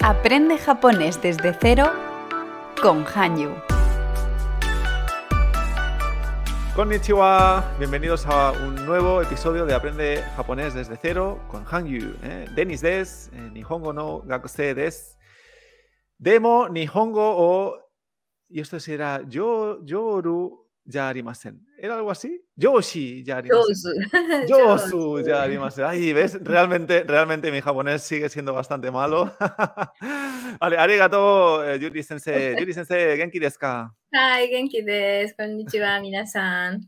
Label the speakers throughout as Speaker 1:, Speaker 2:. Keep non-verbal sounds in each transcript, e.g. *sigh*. Speaker 1: Aprende japonés desde cero con Hanyu.
Speaker 2: Konnichiwa, bienvenidos a un nuevo episodio de Aprende Japonés desde cero con Hangyu. ¿eh? Denis des, eh, Nihongo no Gakusei des. Demo, Nihongo o... Y esto será yo, Yoru ya arimasen. ¿Era algo así? Yoshi ya arimasen. Yosu ya arimasen. Ay, ¿ves? Realmente, realmente mi japonés sigue siendo bastante malo. *laughs* vale, arigato, eh, Yuri sensei. Yuri sensei, genki desu ka?
Speaker 3: はい、元気です。こんにちは、皆さん。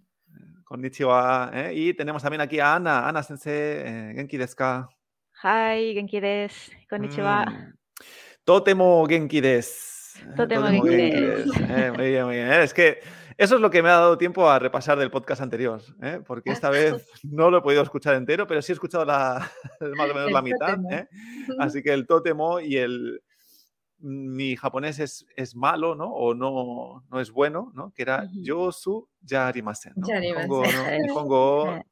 Speaker 2: Konnichiwa. ¿eh? Y tenemos también aquí a Ana. Ana Sensei, eh, Genki desu ka?
Speaker 4: はい、元気です。こんにちは。
Speaker 2: Mm. Totemo Genki desu. Eh,
Speaker 4: Totemo genki desu.
Speaker 2: Eh, muy bien, muy bien. Eh, Es que eso es lo que me ha dado tiempo a repasar del podcast anterior, ¿eh? porque esta vez no lo he podido escuchar entero, pero sí he escuchado la, *laughs* más o menos
Speaker 3: El
Speaker 2: la mitad.
Speaker 3: Totemo.
Speaker 2: ¿eh? *laughs* Así que el tótemo y el mi japonés es, es malo, ¿no? O no, no es bueno, ¿no? Que era
Speaker 3: Ujú.
Speaker 2: yosu ya arimasen. ¿no?
Speaker 3: Ya arimasen,
Speaker 2: Nihongo, ¿no?
Speaker 3: *laughs* eso es.
Speaker 2: Nihongo,
Speaker 4: Eh.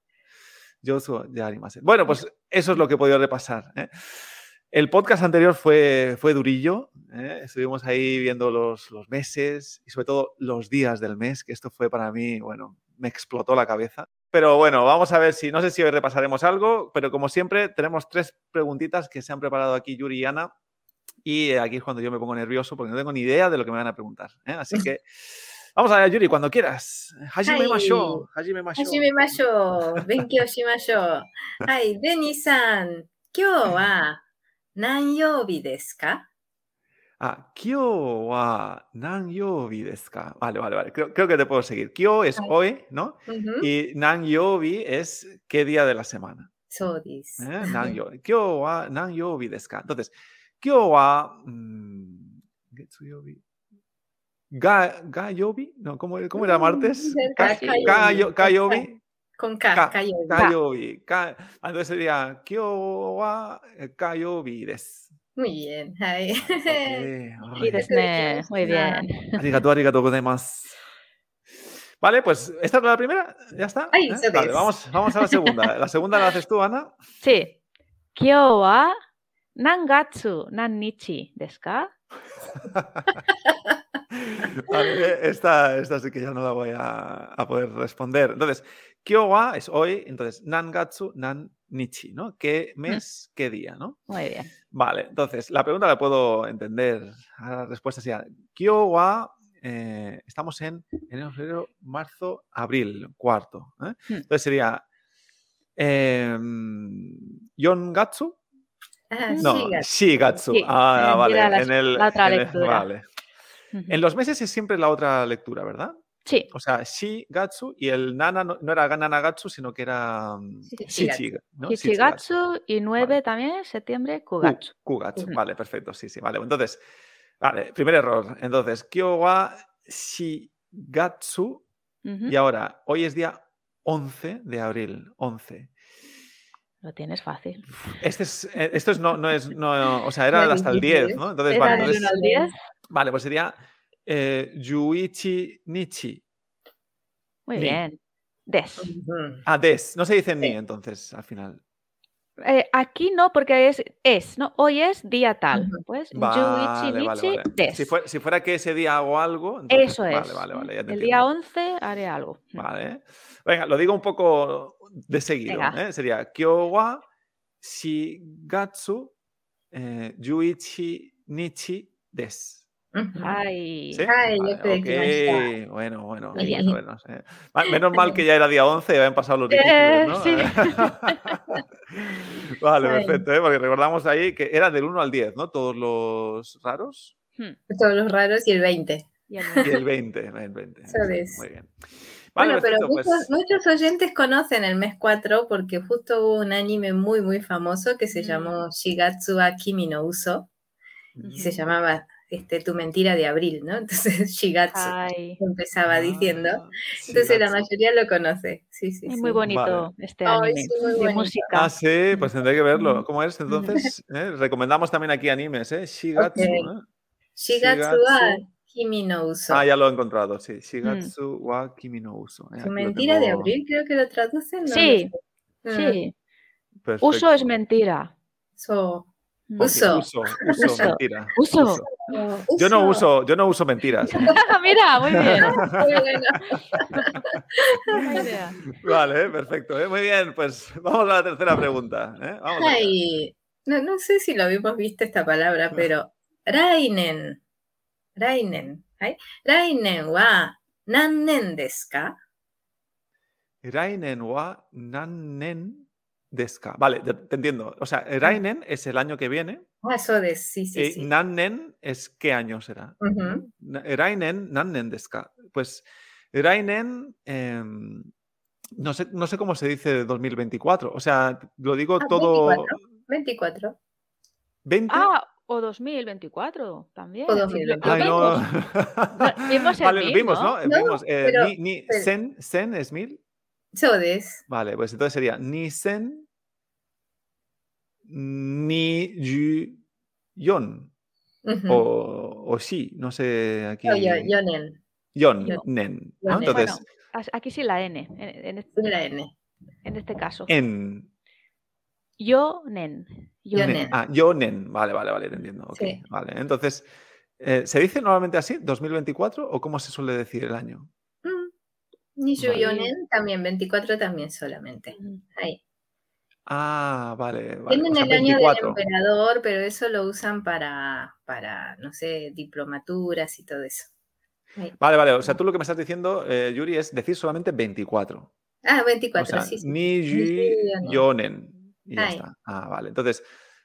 Speaker 2: yosu ya arimasen. Bueno, pues eso es lo que he podido repasar. ¿eh? El podcast anterior fue, fue durillo. ¿eh? Estuvimos ahí viendo los, los meses y sobre todo los días del mes, que esto fue para mí, bueno, me explotó la cabeza. Pero bueno, vamos a ver si, no sé si hoy repasaremos algo, pero como siempre, tenemos tres preguntitas que se han preparado aquí Yuri y Ana. Y eh, aquí es cuando yo me pongo nervioso porque no tengo ni idea de lo que me van a preguntar. ¿eh?
Speaker 3: *laughs*
Speaker 2: Así que vamos allá, Yuri, cuando quieras. Hajime
Speaker 3: Ay.
Speaker 2: Masho. Hajime Masho.
Speaker 3: 始めましょう。勉強しましょう。 *laughs* はい、デニさん、今日は何曜日ですか
Speaker 2: Ah, Kyo wa Nangyobi desu ka. Vale, vale, vale. Creo, creo que te puedo seguir. Kyo es
Speaker 3: Vale. ¿Mm?
Speaker 2: hoy, ¿no?
Speaker 3: うんふん
Speaker 2: Y Nangyobi es qué día de la semana.
Speaker 3: そうです。
Speaker 2: ¿eh? Nangyobi. Kyo wa Nangyobi desu ka. Entonces, Kyo wa. mm, Getsuyobi. Ga, gayobi? No, ¿cómo, cómo era
Speaker 3: Mm,
Speaker 2: martes? Ka-
Speaker 3: Gayobi.
Speaker 2: kayo- Kayobi.
Speaker 3: 今
Speaker 2: か
Speaker 3: 回、火曜
Speaker 2: 火曜日。
Speaker 3: 日。
Speaker 2: かあ entonces sería, 今日はえ火曜日
Speaker 3: *laughs*
Speaker 2: です。
Speaker 3: muy bien. はい。
Speaker 2: えー
Speaker 4: いいですね。muy bien.
Speaker 2: ありがとう、ありがとうございます。Vale, pues esta es la primera, ya está.
Speaker 3: Ay,
Speaker 2: ¿eh?
Speaker 3: se
Speaker 2: Vale,
Speaker 3: ves.
Speaker 2: vamos, vamos a la segunda. La segunda la haces tú, Ana.
Speaker 4: Sí. 今日は何月何日ですか
Speaker 2: Vale, eh, esta, esta sí que ya no la voy a, a poder responder. Entonces, Kyowa es hoy, entonces, Nangatsu, Nan Nichi, ¿no? ¿Qué mes, qué día, no?
Speaker 4: Muy bien.
Speaker 2: Vale, entonces la pregunta la puedo entender. Ahora La respuesta sería: Kyo wa, eh, estamos en enero, febrero, marzo, abril, cuarto. ¿eh?
Speaker 4: Hmm.
Speaker 2: Entonces sería. Eh, ¿Yongatsu?
Speaker 3: *laughs* あ
Speaker 2: No,
Speaker 3: 四月
Speaker 2: Shigatsu.
Speaker 4: Sí,
Speaker 2: Ah,
Speaker 4: eh,
Speaker 2: vale.
Speaker 4: era la-
Speaker 2: en el,
Speaker 4: la otra
Speaker 2: en el-
Speaker 4: lectura.
Speaker 2: vale. En los meses es siempre la otra lectura, ¿verdad?
Speaker 4: Sí.
Speaker 2: O sea, Shigatsu y el Nana no, no era Nanagatsu, sino que era. mm,
Speaker 3: Shichigatsu.
Speaker 2: Shichiga- ¿no? Shichigatsu.
Speaker 4: Shichigatsu y 9 también, septiembre, Kugatsu.
Speaker 2: Kugatsu.
Speaker 4: Ujú.
Speaker 2: Vale, perfecto. Sí, sí, vale. Entonces, vale, primer error. Entonces, Kyowa Shigatsu.
Speaker 4: Ujú.
Speaker 2: Y ahora, hoy es día 11 de abril. 11.
Speaker 4: Lo tienes fácil.
Speaker 2: Este es, eh, esto es no, no es, no,
Speaker 4: *laughs*
Speaker 2: o sea, era
Speaker 3: Muy
Speaker 2: hasta el
Speaker 3: difícil,
Speaker 2: 10,
Speaker 3: ¿eh?
Speaker 2: ¿no? Entonces,
Speaker 4: Era
Speaker 2: vale,
Speaker 4: del
Speaker 2: entonces-
Speaker 4: uno al diez.
Speaker 2: vale, pues sería eh, Yuichi Nichi.
Speaker 4: Muy
Speaker 2: Ni.
Speaker 4: bien. Des.
Speaker 3: うん
Speaker 2: Ah, des. No se dice ni
Speaker 3: Sí.
Speaker 2: entonces al final.
Speaker 4: Eh, aquí no, porque es, es, ¿no? Hoy es día tal.
Speaker 3: Ujú.
Speaker 4: Pues,
Speaker 2: Vale,
Speaker 4: yuichi,
Speaker 2: vale,
Speaker 4: nichi,
Speaker 2: vale.
Speaker 4: des.
Speaker 2: Si, fue- si fuera que ese día hago algo, entonces,
Speaker 4: Eso es.
Speaker 2: Vale, vale, vale. ya te
Speaker 4: El
Speaker 2: entiendo.
Speaker 4: día 11 haré algo.
Speaker 2: Vale. Venga, lo digo un poco de seguido.
Speaker 4: Venga.
Speaker 2: ¿eh? Sería Kyowa Shigatsu eh, Yuichi Nichi Des.
Speaker 3: うんふん
Speaker 4: Ay.
Speaker 2: ¿Sí?
Speaker 3: Ay, yo creo que
Speaker 2: ok, Bueno, bueno,
Speaker 3: Muy
Speaker 2: más
Speaker 3: bien.
Speaker 2: o menos, ¿eh? Va- Menos mal que ya era día 11 y habían pasado los
Speaker 4: Eh,
Speaker 2: dígitos, ¿no? *laughs*
Speaker 4: sí.
Speaker 2: vale,
Speaker 3: Ay.
Speaker 2: perfecto, ¿eh? porque recordamos ahí que era del 1 al 10, ¿no? Todos los raros.
Speaker 4: Hmm.
Speaker 3: Todos los raros y el 20.
Speaker 4: Y el
Speaker 2: Y el 20, el 20.
Speaker 3: Eso es.
Speaker 2: Muy bien. Vale,
Speaker 3: Bueno, pero
Speaker 2: perfecto, pues-
Speaker 3: muchos, muchos oyentes conocen el mes 4 porque justo hubo un anime muy, muy famoso que se
Speaker 4: Mm.
Speaker 3: llamó Shigatsu wa Kimi no Uso
Speaker 2: mm,
Speaker 3: y se
Speaker 4: Ujú.
Speaker 3: llamaba este, Tu mentira de abril, ¿no? *laughs* Entonces Shigatsu
Speaker 4: Ay,
Speaker 3: empezaba diciendo.
Speaker 2: Ah,
Speaker 3: Entonces la
Speaker 2: Shigatsu.
Speaker 3: mayoría lo conoce. Sí, sí,
Speaker 4: es
Speaker 3: sí.
Speaker 4: muy bonito este
Speaker 3: Ay,
Speaker 4: anime.
Speaker 3: sí, muy
Speaker 4: de
Speaker 3: bonito.
Speaker 4: música.
Speaker 2: Ah, sí, pues tendré que verlo.
Speaker 3: Ujú.
Speaker 2: ¿Cómo es?
Speaker 3: *laughs*
Speaker 2: Entonces, ¿eh? recomendamos también aquí animes, ¿eh? Shigatsu.
Speaker 3: Ok.
Speaker 2: ¿eh?
Speaker 3: Shigatsu wa Kimi no Uso.
Speaker 2: Ah, ya lo he encontrado, sí. Shigatsu wa Kimi no Uso. ¿eh?
Speaker 3: Tu
Speaker 2: Aquí lo
Speaker 3: Mm. mentira de
Speaker 2: tengo.
Speaker 3: abril creo que lo traducen. no lo
Speaker 4: Sí,
Speaker 3: sé. Mm,
Speaker 4: Sí,
Speaker 2: Perfecto.
Speaker 4: uso es mentira.
Speaker 3: so,
Speaker 4: Mm.
Speaker 2: Ok,
Speaker 3: Uso.
Speaker 2: Uso, uso,
Speaker 4: Uso.
Speaker 2: mentira.
Speaker 4: Uso.
Speaker 2: Yo no
Speaker 3: *laughs*
Speaker 2: uso, yo no uso mentiras.
Speaker 4: *laughs* Mira, muy bien.
Speaker 3: Ah, Bueno,
Speaker 4: Buena idea.
Speaker 2: Vale, perfecto. ¿eh? Muy bien, pues vamos a la tercera pregunta. ¿eh? Vamos allá.
Speaker 3: ay, no, no sé si lo habíamos visto esta palabra, pero Rainen. Rainen. ¿はい Rainen wa nannen desu ka?
Speaker 2: Rainen wa nannen desu ka. Vale, te, te entiendo. O sea, Rainen es el año que viene
Speaker 3: Ah, so desu. Sí, sí,
Speaker 2: y
Speaker 3: sí.
Speaker 2: nannen es qué año será.
Speaker 3: Ujú.
Speaker 2: Na- Rainen, nannen desu ka. Pues Rainen, em, no, sé, no sé cómo se dice 2024. O sea, lo digo
Speaker 3: Ah,
Speaker 2: todo
Speaker 3: 24. 24.
Speaker 2: 20.
Speaker 4: Ah, o 2024 también.
Speaker 3: O 2024.
Speaker 2: *laughs* Ay, no.
Speaker 4: Vemos. vimos
Speaker 2: *laughs*
Speaker 4: el
Speaker 2: vale,
Speaker 4: mil,
Speaker 2: vimos,
Speaker 4: ¿no?
Speaker 2: ¿no?
Speaker 3: No,
Speaker 2: Vimos, eh,
Speaker 3: pero-
Speaker 2: ni, ni-
Speaker 3: pero-
Speaker 2: sen, sen es mil.
Speaker 3: So desu.
Speaker 2: Vale, pues entonces sería ni sen ni yu yon
Speaker 3: Ujú.
Speaker 2: Oh, o, o shi, no sé aquí.
Speaker 3: Yo- yo- yonen.
Speaker 2: Yon, nen. ¿no?
Speaker 3: yo- yo- nen.
Speaker 2: Entonces,
Speaker 4: Bueno, as- aquí sí la N, en, en este,
Speaker 3: La N.
Speaker 4: en este caso.
Speaker 2: en.
Speaker 4: Yo, nen. Yo,
Speaker 3: Yo,
Speaker 2: nen.
Speaker 3: nen.
Speaker 2: Ah, yo, nen. Vale, vale, vale, te entiendo. ok,
Speaker 3: Sí.
Speaker 2: Vale, entonces, eh, ¿se dice normalmente así, 2024 o cómo se suele decir el año?
Speaker 3: Mm. 24
Speaker 4: Vale.
Speaker 3: nen también, 24 también solamente.
Speaker 4: Ujú.
Speaker 3: Ahí.
Speaker 2: Ah, vale, vale.
Speaker 3: Tienen
Speaker 2: o sea,
Speaker 3: el año
Speaker 2: 24.
Speaker 3: del emperador, pero eso lo usan para, para, no sé, diplomaturas y todo eso.
Speaker 2: Vale, vale. O sea, tú lo que me estás diciendo, eh, Yuri, es decir solamente 24.
Speaker 3: Ah,
Speaker 2: O
Speaker 3: 24,
Speaker 2: sea,
Speaker 3: sí, sí.
Speaker 2: ni
Speaker 3: Ni-ji-yonen.
Speaker 2: yonen. Y ya
Speaker 3: Ahí.
Speaker 2: está. Ah, vale. Entonces,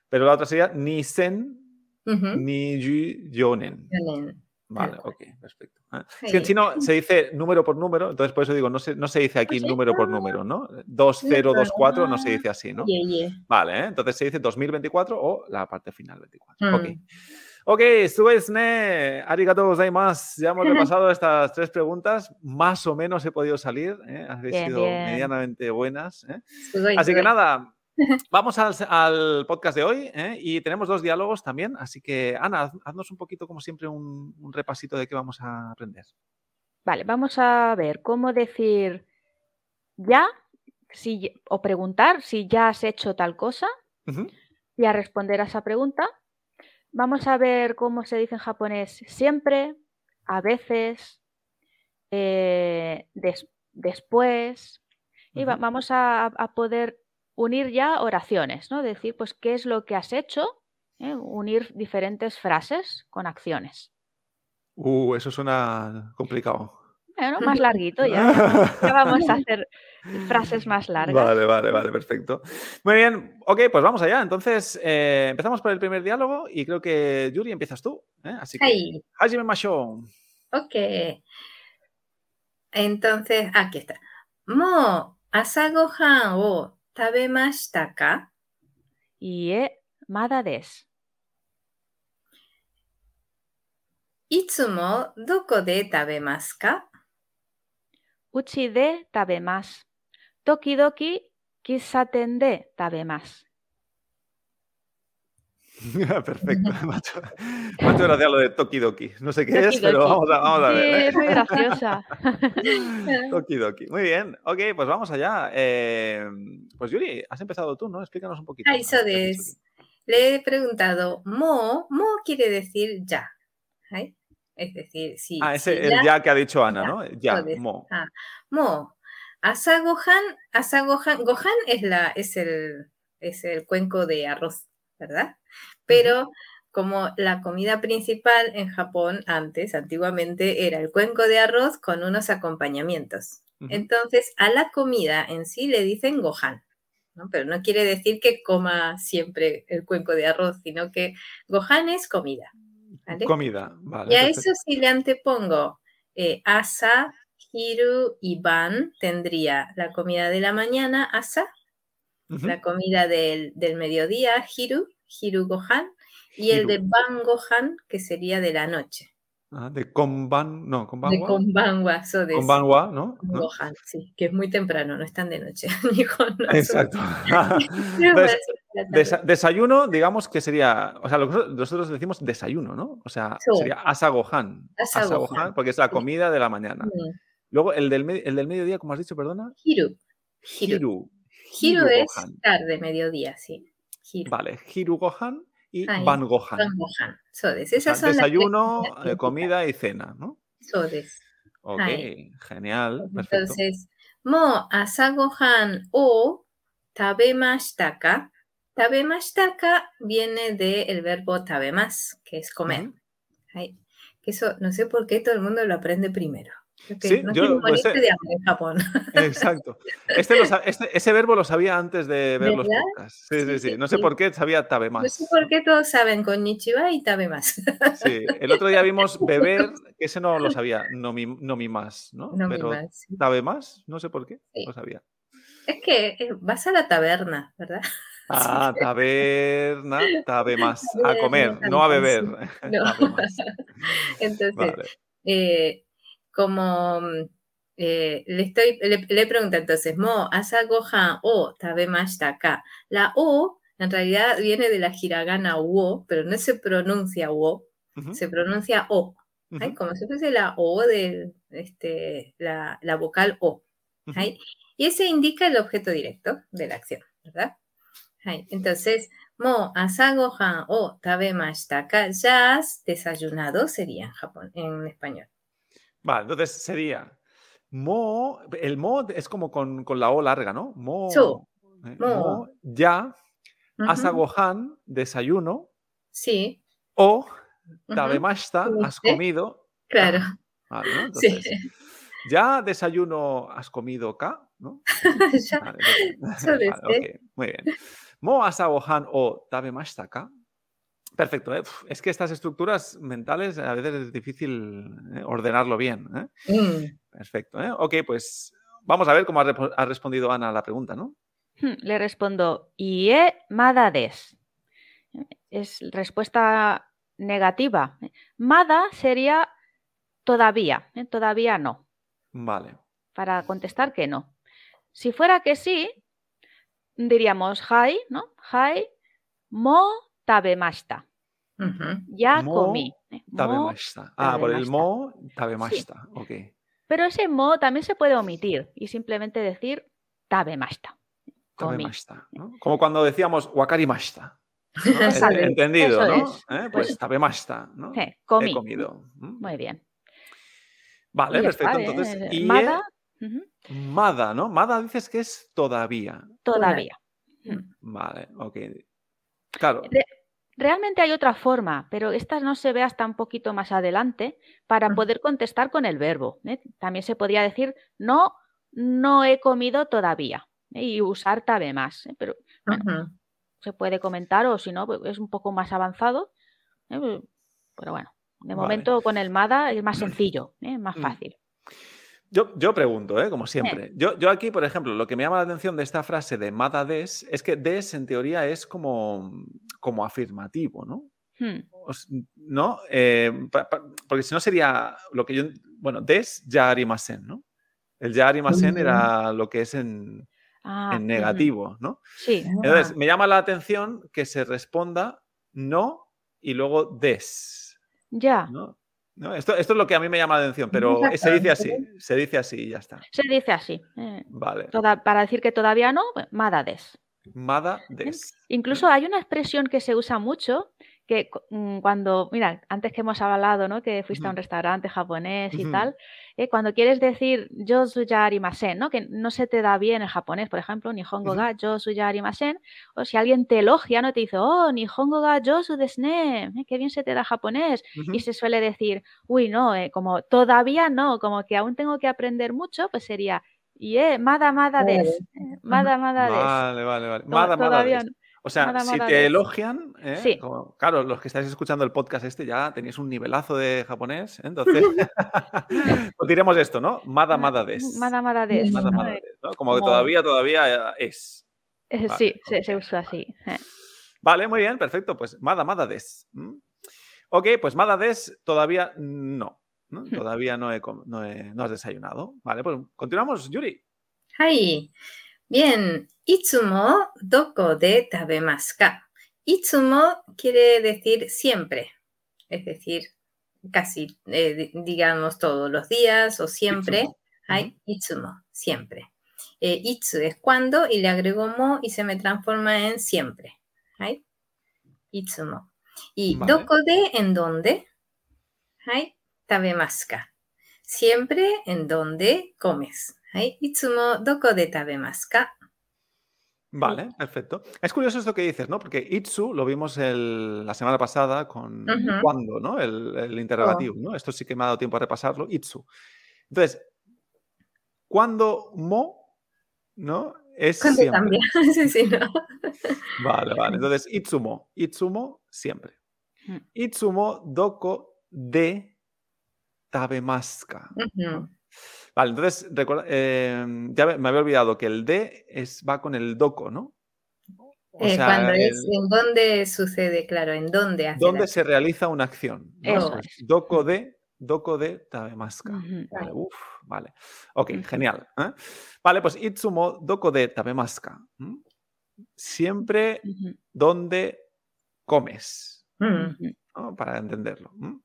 Speaker 2: pero la otra sería ni sen
Speaker 3: Ujú.
Speaker 2: ni yu yonen.
Speaker 3: Yonen.
Speaker 2: Vale,
Speaker 3: Tal cual.
Speaker 2: ok, perfecto. Ah, Es que en
Speaker 3: Ahí.
Speaker 2: chino se dice número por número, entonces por eso digo, no se, no se dice aquí
Speaker 3: Pues
Speaker 2: número por
Speaker 3: está.
Speaker 2: número, ¿no? 2024 no se dice así, ¿no?
Speaker 3: Ye, ye.
Speaker 2: Vale, ¿eh? entonces se dice 2024 o la parte final 24.
Speaker 3: Mm.
Speaker 2: Ok. Ok, Suesne, arigato gozaimasu.
Speaker 3: *laughs*
Speaker 2: Ya hemos repasado estas tres preguntas. Más o menos he podido salir. ¿eh? Habéis
Speaker 4: Bien,
Speaker 2: sido
Speaker 4: bien.
Speaker 2: medianamente buenas. ¿eh?
Speaker 3: Sugoi,
Speaker 2: Así que
Speaker 3: sugoi.
Speaker 2: nada,
Speaker 4: *laughs*
Speaker 2: vamos al, al podcast de hoy ¿eh? y tenemos dos diálogos también. Así que, Ana, haz- haznos un poquito, como siempre, un, un repasito de qué vamos a aprender.
Speaker 4: Vale, vamos a ver cómo decir ya si, ye- o preguntar si ya has hecho tal cosa
Speaker 2: Ujú.
Speaker 4: y a responder a esa pregunta. Vamos a ver cómo se dice en japonés siempre, a veces, eh, des- después. Y va-
Speaker 2: Ujú.
Speaker 4: vamos a, a poder unir ya oraciones, ¿no? Decir, pues, qué es lo que has hecho, ¿eh? unir diferentes frases con acciones.
Speaker 2: Uh, eso suena complicado.
Speaker 4: Bueno, más
Speaker 2: *laughs*
Speaker 4: larguito *laughs* ya. Ya vamos a hacer frases más largas.
Speaker 2: Vale, vale, vale, perfecto. Muy bien, ok, pues vamos allá. Entonces, eh, empezamos por el primer diálogo y creo que Yuri empiezas tú. ¿eh? Así que,
Speaker 3: Ahí,
Speaker 2: Hajime Masho.
Speaker 3: ok. Entonces, aquí está. ¿Mo asagohan o tabemashita ka?
Speaker 4: Y eh, Mada des.
Speaker 3: ¿Itsumo doko de tabemasu ka?
Speaker 4: Uchi de tabemas. Toki doki kisaten de tabemas.
Speaker 2: *laughs* Perfecto, *laughs* macho. Macho gracias lo de Tokidoki. No sé qué es, pero vamos
Speaker 4: Tokidoki.
Speaker 2: a, vamos a ver.
Speaker 4: Sí, muy graciosa.
Speaker 2: ¿eh?
Speaker 3: *laughs*
Speaker 2: Tokidoki. Muy bien, ok, pues vamos allá. Eh, pues Yuri, has empezado tú, ¿no? Explícanos un poquito.
Speaker 3: Ah, eso
Speaker 2: a ver, ¿qué has
Speaker 3: es.
Speaker 2: hecho
Speaker 3: Le he preguntado, mo, mo quiere decir ya. ¿ay? Es decir, sí.
Speaker 2: aquí. Ah, ese
Speaker 3: sí,
Speaker 2: el
Speaker 3: ya,
Speaker 2: ya que ha dicho Ana, ¿no? Ya,
Speaker 3: joder.
Speaker 2: mo.
Speaker 3: Mo. Asa gohan, asa gohan. Gohan es, la, es, el, es el cuenco de arroz, ¿verdad? Pero como la comida principal en Japón antes, antiguamente, era el cuenco de arroz con unos acompañamientos.
Speaker 2: Ujú.
Speaker 3: Entonces, a la comida en sí le dicen gohan, ¿no? pero no quiere decir que coma siempre el cuenco de arroz, sino que gohan es comida. ¿vale?
Speaker 2: Comida, vale.
Speaker 3: y a
Speaker 2: perfecto.
Speaker 3: eso si le antepongo eh, asa, hiru y ban, tendría la comida de la mañana, asa,
Speaker 2: Ujú.
Speaker 3: la comida del, del mediodía, hiru, hiru gohan, y el
Speaker 2: Hiru.
Speaker 3: de ban gohan, que sería de la noche,
Speaker 2: Ah, de Konban, no,
Speaker 3: de
Speaker 2: Konbanwa.
Speaker 3: konbanwa, so de
Speaker 2: Konbanwa, ¿no?
Speaker 3: con
Speaker 2: ¿No?
Speaker 3: Gohan, sí, que es muy temprano, no están de noche, *laughs* ni con
Speaker 2: *laughs*
Speaker 3: nosotros. *laughs*
Speaker 2: Exacto. *laughs*
Speaker 3: Pero
Speaker 2: Entonces,
Speaker 3: para la
Speaker 2: desa-
Speaker 3: tarde.
Speaker 2: desayuno, digamos que sería, o sea, lo que nosotros- nosotros decimos desayuno, ¿no? O sea,
Speaker 3: Sí.
Speaker 2: sería asagohan.
Speaker 3: Asa gohan.
Speaker 2: porque es la comida de la mañana.
Speaker 3: Mm,
Speaker 2: Luego, el del, me- el del mediodía, como has dicho, perdona,
Speaker 3: Hiru. Hiru.
Speaker 2: hiru.
Speaker 3: Hiru es
Speaker 2: gohan.
Speaker 3: tarde, mediodía, sí. Hiru.
Speaker 2: Vale, hiru gohan. y
Speaker 3: Ay,
Speaker 2: Van Gohan.
Speaker 3: Van Gohan. So des. Esas son las tres
Speaker 2: Desayuno, eh,
Speaker 3: comidas principales.
Speaker 2: comida y cena, ¿no?
Speaker 3: So des.
Speaker 2: Ok,
Speaker 3: Ahí.
Speaker 2: genial, perfecto.
Speaker 3: Entonces, eh, mo asagohan o tabemashita ka. Tabemashita ka viene del verbo tabemas, que es comer.
Speaker 2: Ujú.
Speaker 3: Ay, que eso no sé por qué todo el mundo lo aprende primero. Creo que
Speaker 2: Sí,
Speaker 3: no
Speaker 2: yo
Speaker 3: quiero
Speaker 2: lo
Speaker 3: morirte
Speaker 2: sé.
Speaker 3: de hambre en Japón.
Speaker 2: Exacto. Este lo sa- este- ese verbo lo sabía antes de ver los
Speaker 3: ¿Verdad?
Speaker 2: podcasts. Sí, sí,
Speaker 3: Sí,
Speaker 2: sí.
Speaker 3: sí,
Speaker 2: No sé
Speaker 3: sí.
Speaker 2: por qué sabía tabe más.
Speaker 3: No sé por qué todos saben konnichiwa y tabemas. *laughs*
Speaker 2: Sí. El otro día vimos beber, que ese no lo sabía, no mi, no mi más, ¿no?
Speaker 3: No me
Speaker 2: Pero
Speaker 3: más.
Speaker 2: tabe más, no sé por qué,
Speaker 3: Sí.
Speaker 2: lo sabía.
Speaker 3: Es que eh, vas a la taberna, ¿verdad?
Speaker 2: Ah, taberna, tabe más. A
Speaker 3: Taberna,
Speaker 2: comer, no a
Speaker 3: tabe
Speaker 2: beber.
Speaker 3: más.
Speaker 2: *laughs* Tabe
Speaker 3: *laughs* No.
Speaker 2: más.
Speaker 3: Entonces,
Speaker 2: Vale.
Speaker 3: eh, como mm, eh, le estoy, le, le pregunto entonces, Mo, asa gohan o tabemashita acá. La O en realidad viene de la hiragana wo, pero no se pronuncia wo,
Speaker 2: Ujú,
Speaker 3: se pronuncia o.
Speaker 2: ujú,
Speaker 3: ¿ay? Como si fuese la O de este, la, la vocal O.
Speaker 2: ujú.
Speaker 3: ¿ay? Y ese indica el objeto directo de la acción, ¿verdad? ¿ay? Entonces, Mo, asa gohan o tabemashita acá. Ya has desayunado sería en Japón, en español.
Speaker 2: Vale, entonces sería mo, el mo es como con, con la o larga, ¿no? Mo,
Speaker 3: So,
Speaker 2: eh,
Speaker 3: mo.
Speaker 2: mo, ya,
Speaker 3: Ujú.
Speaker 2: asa gohan, desayuno,
Speaker 3: Sí.
Speaker 2: o
Speaker 3: ujú,
Speaker 2: tabemashita, has
Speaker 3: Comiste.
Speaker 2: comido.
Speaker 3: Claro,
Speaker 2: Vale, ¿no?
Speaker 3: sí.
Speaker 2: Entonces, ya desayuno, has comido ka, ¿no?
Speaker 3: *laughs* Ya,
Speaker 2: Vale, entonces- *laughs*
Speaker 3: Suele
Speaker 2: vale,
Speaker 3: ser.
Speaker 2: ok, muy bien. Mo asa gohan o tabemashita ka. Perfecto, ¿eh? Uf, es que estas estructuras mentales a veces es difícil eh, ordenarlo bien. ¿eh?
Speaker 3: mm,
Speaker 2: Perfecto. ¿eh? Ok, pues vamos a ver cómo ha, repo- ha respondido Ana a la pregunta, ¿no?
Speaker 4: Hmm, *laughs* Le respondo, IE Mada des. Es respuesta negativa. Mada sería todavía, ¿eh? todavía no,
Speaker 2: Vale.
Speaker 4: para contestar que no. Si fuera que sí, diríamos Hai, ¿no? Hai mo tabemashita.
Speaker 3: ujú,
Speaker 4: Ya
Speaker 2: Mo
Speaker 4: comí. ¿eh? Mo-
Speaker 2: Tabemashita. Ah, por el
Speaker 4: tabemashita.
Speaker 2: mo, tabemashita. Ok.
Speaker 4: pero ese mo también se puede omitir y simplemente decir tabemashita. Comí.
Speaker 2: Tabemashita. ¿no? Como cuando decíamos wakarimashita. ¿no?
Speaker 4: Exacto,
Speaker 2: Eh, Entendido,
Speaker 4: eso
Speaker 2: ¿no?
Speaker 4: es.
Speaker 2: ¿Eh?
Speaker 4: Pues-
Speaker 2: Pues tabemashita. ¿no?
Speaker 4: Sí,
Speaker 2: He
Speaker 4: comí.
Speaker 2: comido. ¿Mm?
Speaker 4: Muy bien.
Speaker 2: Vale,
Speaker 4: Y ya
Speaker 2: perfecto.
Speaker 4: está, ¿eh?
Speaker 2: Entonces,
Speaker 4: Eh,
Speaker 2: y
Speaker 4: Mada, ujú,
Speaker 2: Mada, ¿no? Mada dices que es todavía.
Speaker 4: todavía.
Speaker 2: Vale, ok. Claro.
Speaker 4: Re- Realmente hay otra forma, pero esta no se ve hasta un poquito más adelante para
Speaker 3: Ujú.
Speaker 4: poder contestar con el verbo. ¿eh? También se podría decir no, no he comido todavía ¿eh? y usar tabe más, ¿eh? pero
Speaker 3: ujú.
Speaker 4: se puede comentar o si no pues, es un poco más avanzado. ¿eh? Pero- Pero bueno, de
Speaker 2: Vale.
Speaker 4: momento con el MADA es más sencillo, ¿eh? más
Speaker 2: Mm.
Speaker 4: fácil.
Speaker 2: Yo, yo pregunto, ¿eh? como siempre. Yo, yo aquí, por ejemplo, lo que me llama la atención de esta frase de Mada des es que des en teoría es como, como afirmativo, ¿no?
Speaker 4: Hmm,
Speaker 2: O s- ¿No? Eh, pa- pa- porque si no sería lo que yo. Bueno, des ya arimasen, ¿no? El ya arimasen
Speaker 3: Ujú.
Speaker 2: era lo que es en,
Speaker 4: ah,
Speaker 2: en
Speaker 4: ujú, Ah.
Speaker 2: negativo, ¿no?
Speaker 4: Sí,
Speaker 2: Entonces, me llama la atención que se responda no y luego des.
Speaker 4: ya.
Speaker 2: ¿no? ¿No? Esto, esto es lo que a mí me llama la atención, pero
Speaker 3: Exacto,
Speaker 2: se dice
Speaker 3: ¿no?
Speaker 2: así,
Speaker 4: ¿eh?
Speaker 2: se dice así y ya está.
Speaker 4: Se dice así. eh,
Speaker 2: Vale.
Speaker 4: toda- para decir que todavía no, pues, MADA des.
Speaker 2: Mada des.
Speaker 4: Incluso hay una expresión que se usa mucho, que cu- mm, cuando, mira, antes que hemos hablado, ¿no? Que fuiste a un
Speaker 2: Ujú.
Speaker 4: restaurante japonés y
Speaker 2: Ujú.
Speaker 4: tal, eh, cuando quieres decir yo soy ya arimasen, ¿no? Que no se te da bien en japonés, por ejemplo, nihongo
Speaker 2: Ujú.
Speaker 4: ga yo soy ya arimasen, o si alguien te elogia, ¿no? Te dice, oh, nihongo ga yo soy desu ne, eh, qué bien se te da japonés.
Speaker 2: Ujú.
Speaker 4: Y se suele decir, uy, no, eh, como todavía no, como que aún tengo que aprender mucho, pues sería, ye, mada, mada
Speaker 3: Mada
Speaker 4: des, eh, mada, mada des.
Speaker 2: Vale, vale, vale.
Speaker 4: Como
Speaker 2: Mada, mada
Speaker 4: todavía
Speaker 2: des.
Speaker 4: no.
Speaker 2: O sea,
Speaker 4: Mada,
Speaker 2: si
Speaker 4: mada
Speaker 2: te
Speaker 4: des.
Speaker 2: elogian, ¿eh?
Speaker 4: Sí.
Speaker 2: Como- claro, los que estáis escuchando el podcast este ya tenéis un nivelazo de japonés, ¿eh?
Speaker 4: *laughs*
Speaker 2: entonces *laughs* os diremos esto, ¿no? Mada, mada des.
Speaker 4: Mada, mada des.
Speaker 2: Mada,
Speaker 4: ¿no?
Speaker 2: mada
Speaker 4: Eh,
Speaker 2: des, ¿no? Como que
Speaker 4: como-
Speaker 2: todavía, todavía eh, es.
Speaker 4: eh,
Speaker 2: Vale,
Speaker 4: sí, se, se
Speaker 2: ok.
Speaker 4: usa así. eh.
Speaker 2: Vale, muy bien, perfecto. Pues Mada, Mada Des. ¿m? Ok, pues Mada Des todavía no.
Speaker 4: *laughs*
Speaker 2: ¿no? Todavía no, he com- no he- no has desayunado. Vale, pues continuamos, Yuri.
Speaker 3: Ay, Ah. bien. Itsumo doko de tabemasu ka. Itsumo quiere decir siempre, es decir, casi, eh, di- digamos, todos los días o siempre.
Speaker 2: Itsumo.
Speaker 3: Ay, itsumo, siempre. Eh, itsu es cuando y le agrego mo y se me transforma en siempre. Ay. itsumo. Y
Speaker 2: Vale.
Speaker 3: doko de en dónde. Hai, tabemasu ka. Siempre en donde comes. Hai, itsumo doko de tabemasu ka.
Speaker 2: Vale, perfecto. Es curioso esto que dices, ¿no? Porque Itsu lo vimos el- la semana pasada con
Speaker 3: Ujú. Oh.
Speaker 2: cuando, ¿no? El, el interrogativo, ¿no? Esto sí que me ha dado tiempo a repasarlo, Itsu. Entonces, cuando mo, ¿no? Es
Speaker 3: Cuando
Speaker 2: siempre.
Speaker 3: cambia. *laughs* sí, sí, ¿no?
Speaker 2: Vale, vale. Entonces, Itsumo, Itsumo siempre.
Speaker 4: Mm.
Speaker 2: Itsumo doko de tabemaska.
Speaker 3: Ujú.
Speaker 2: Vale, entonces, recuerda- eh, ya me me había olvidado que el de es, va con el doko, ¿no? O
Speaker 3: Eh,
Speaker 2: sea,
Speaker 3: cuando es
Speaker 2: el-
Speaker 3: en dónde sucede, claro, en dónde hace la
Speaker 2: ¿Dónde se realiza una acción? ¿no?
Speaker 4: Eso
Speaker 2: Pues,
Speaker 4: es.
Speaker 2: Doco de, doco de tabemaska.
Speaker 4: Ujú.
Speaker 2: Vale, uf, vale. Ok,
Speaker 4: Ujú.
Speaker 2: genial. ¿eh? Vale, pues itsumo doko de tabemaska. ¿m? Siempre
Speaker 4: Ujú.
Speaker 2: donde comes,
Speaker 3: Mm.
Speaker 4: Ujú.
Speaker 2: ¿no? para entenderlo. ¿m?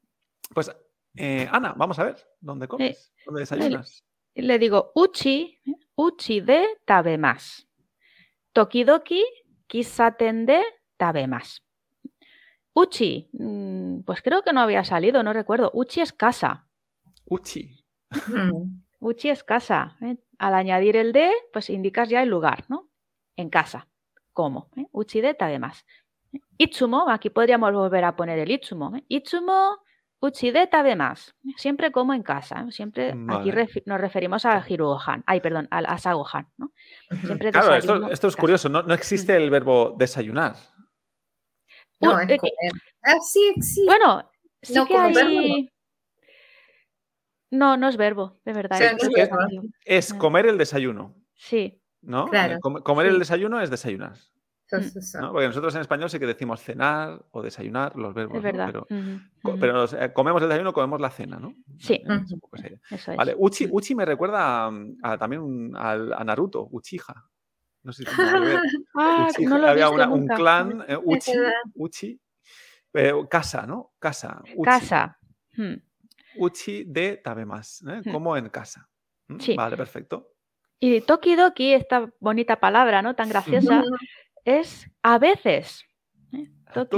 Speaker 2: Pues, eh, Ana, vamos a ver, ¿dónde comes? ¿Dónde desayunas?
Speaker 4: Y Le digo uchi, ¿eh? uchi de tabemas. Tokidoki kisaten de tabemas. Uchi, mm, pues creo que no había salido, no recuerdo. Uchi es casa.
Speaker 2: Uchi.
Speaker 4: Uh,
Speaker 3: Ujú.
Speaker 4: Uchi es casa. ¿eh? Al añadir el de, pues indicas ya el lugar, ¿no? En casa. ¿Cómo? ¿eh? Uchi de tabemas. Itsumo, aquí podríamos volver a poner el itsumo. ¿eh? Itsumo, uchi de tabemas. Siempre como en casa. ¿eh? Siempre aquí
Speaker 2: Vale.
Speaker 4: refi- nos referimos al hiruohan. Ay, perdón, al asagohan, ¿no? Siempre
Speaker 2: Claro, esto,
Speaker 4: desayuno
Speaker 2: esto es
Speaker 4: casa.
Speaker 2: curioso, no, no existe el verbo desayunar.
Speaker 4: Uh,
Speaker 3: No, es
Speaker 4: eh,
Speaker 3: comer. Ah, sí, sí.
Speaker 4: Bueno, sí
Speaker 3: No,
Speaker 4: que
Speaker 3: como verbo,
Speaker 4: hay... No, no es verbo, de verdad.
Speaker 3: O sea,
Speaker 4: yo
Speaker 3: no
Speaker 4: creo
Speaker 2: es
Speaker 4: que
Speaker 2: verbo.
Speaker 4: estoy yo.
Speaker 2: Es
Speaker 4: Ah.
Speaker 2: comer el desayuno,
Speaker 4: Sí,
Speaker 2: ¿no? Eh,
Speaker 3: Claro,
Speaker 2: com- comer el
Speaker 4: sí.
Speaker 2: desayuno es desayunar.
Speaker 3: So, so, so.
Speaker 2: ¿no? Porque nosotros en español sí que decimos cenar o desayunar, los verbos,
Speaker 4: es
Speaker 2: ¿no?
Speaker 4: verdad.
Speaker 2: Pero,
Speaker 4: Ujú,
Speaker 2: co-
Speaker 4: ujú,
Speaker 2: pero los- eh, comemos el desayuno, comemos la cena, ¿no?
Speaker 4: Sí.
Speaker 2: Eh, es un
Speaker 3: Ujú.
Speaker 2: poco esa idea.
Speaker 4: Eso es.
Speaker 2: Vale, Uchi,
Speaker 4: Mm.
Speaker 2: Uchi me recuerda mm, a- también un- al- a Naruto, Uchiha. No sé si tiene nada que ver.
Speaker 4: Ah,
Speaker 2: Uchiha,
Speaker 4: *laughs* no lo he
Speaker 2: había
Speaker 4: visto
Speaker 2: una- un
Speaker 4: nunca. Mm,
Speaker 2: clan, eh, Uchi,
Speaker 3: verdad.
Speaker 2: Uchi, pero casa, ¿no? Casa, Uchi.
Speaker 4: Casa. Mm.
Speaker 2: Uchi de Tabemas, ¿eh?
Speaker 4: Hmm.
Speaker 2: como en casa. ¿Mm?
Speaker 4: Sí.
Speaker 2: Vale, perfecto.
Speaker 4: Y tokidoki, esta bonita palabra, ¿no? Tan graciosa, es a veces. ¿eh?
Speaker 2: Toki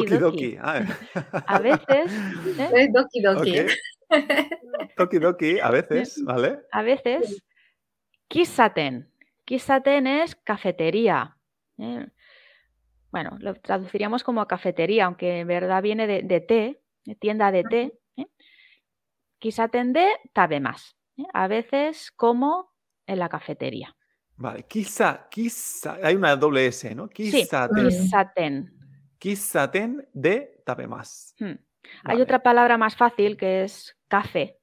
Speaker 2: Doki.
Speaker 4: Tokidoki.
Speaker 2: ah.
Speaker 4: A
Speaker 2: *laughs*
Speaker 4: veces, ¿eh?
Speaker 3: *laughs* Es doki doki. ¿eh?
Speaker 2: Ok. Toki Doki, a
Speaker 4: *laughs*
Speaker 2: veces, ¿vale?
Speaker 4: a veces, kisaten. Kisaten es cafetería. ¿eh? Bueno, lo traduciríamos como cafetería, aunque en verdad viene de, de té, de tienda de té. ¿eh? Kisaten de tabemas. ¿eh? A veces como en la cafetería.
Speaker 2: Vale, quizá, quizá, hay una doble S, ¿no?
Speaker 4: Sí,
Speaker 2: Kisaten,
Speaker 4: kisaten.
Speaker 2: kisaten de Tabemas.
Speaker 4: Hmm. Hay
Speaker 2: Vale.
Speaker 4: otra palabra más fácil que es café.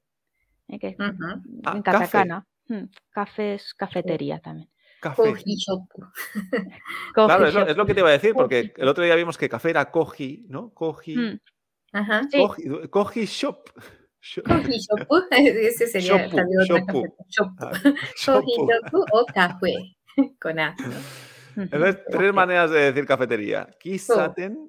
Speaker 4: ¿eh? que
Speaker 3: Ujú.
Speaker 2: Ah,
Speaker 4: en
Speaker 2: café.
Speaker 4: katakana. Hmm, Café es cafetería también.
Speaker 2: Café.
Speaker 3: Koji shoku.
Speaker 2: Claro,
Speaker 4: Coffee
Speaker 2: es lo,
Speaker 4: shop.
Speaker 2: es lo que te iba a decir,
Speaker 4: Coffee
Speaker 2: porque el otro día vimos que café era koji, ¿no? Koji,
Speaker 4: Hmm,
Speaker 3: Ajá.
Speaker 4: sí.
Speaker 2: koji, koji shop. *laughs* Shop.
Speaker 3: Koji shoku. *laughs* Ese sería
Speaker 2: Shopu,
Speaker 3: también otra
Speaker 2: shopu.
Speaker 3: cafetería. Shopu.
Speaker 2: Ah,
Speaker 3: Koji
Speaker 2: shopu.
Speaker 3: shoku o café. *laughs* Con A. ¿no?
Speaker 2: Entonces, tres maneras de decir cafetería. Kisaten,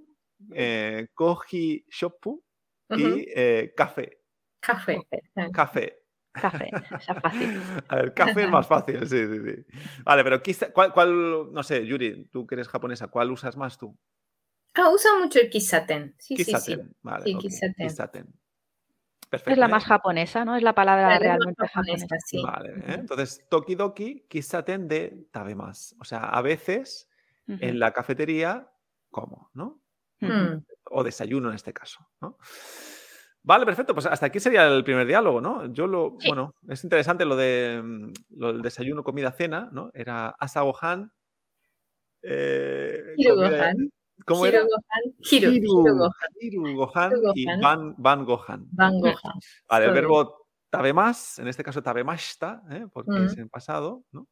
Speaker 2: eh, koji shopu
Speaker 3: Ujú.
Speaker 2: y eh, café.
Speaker 3: Café. Ah,
Speaker 2: Café.
Speaker 4: Café, esa es
Speaker 2: *laughs*
Speaker 4: fácil.
Speaker 2: A ver, café es más fácil, sí, sí, sí. Vale, pero quizá, ¿cuál, cuál- no sé, Yuri, tú que eres japonesa, ¿cuál usas más tú?
Speaker 3: Ah, usa mucho el kisaten. Sí, sí, sí.
Speaker 2: Kisaten, vale.
Speaker 3: Sí,
Speaker 2: ok,
Speaker 3: kisaten.
Speaker 2: Perfecto.
Speaker 4: Es la
Speaker 2: ¿eh?
Speaker 4: más japonesa, ¿no? Es la palabra
Speaker 3: Claro, es más
Speaker 4: realmente japonesa.
Speaker 3: japonesa, sí.
Speaker 2: Vale, ¿eh?
Speaker 4: Ujú.
Speaker 2: entonces, tokidoki, kisaten de tabemas. O sea, a veces
Speaker 4: Ujú,
Speaker 2: en la cafetería como, ¿no?
Speaker 4: ujú.
Speaker 3: Mm.
Speaker 2: o desayuno en este caso. ¿no? Vale, perfecto. Pues hasta aquí sería el primer diálogo, ¿no? Yo lo,
Speaker 4: Sí.
Speaker 2: bueno, es interesante lo de mm, lo del desayuno, comida, cena, ¿no? Era asagohan. Eh, comida-
Speaker 3: Hirugohan.
Speaker 2: ¿Cómo era?
Speaker 3: Hirugohan. Hiru-
Speaker 2: Hiru-
Speaker 3: Hirugohan.
Speaker 2: Hiru Gohan y
Speaker 3: Hirugohan.
Speaker 2: Van, van Gohan.
Speaker 3: Van Gohan.
Speaker 2: Vale, el
Speaker 3: Sorry.
Speaker 2: verbo tabemas, en este caso tabemashita, ¿eh? porque
Speaker 3: Mm.
Speaker 2: es en pasado, ¿no?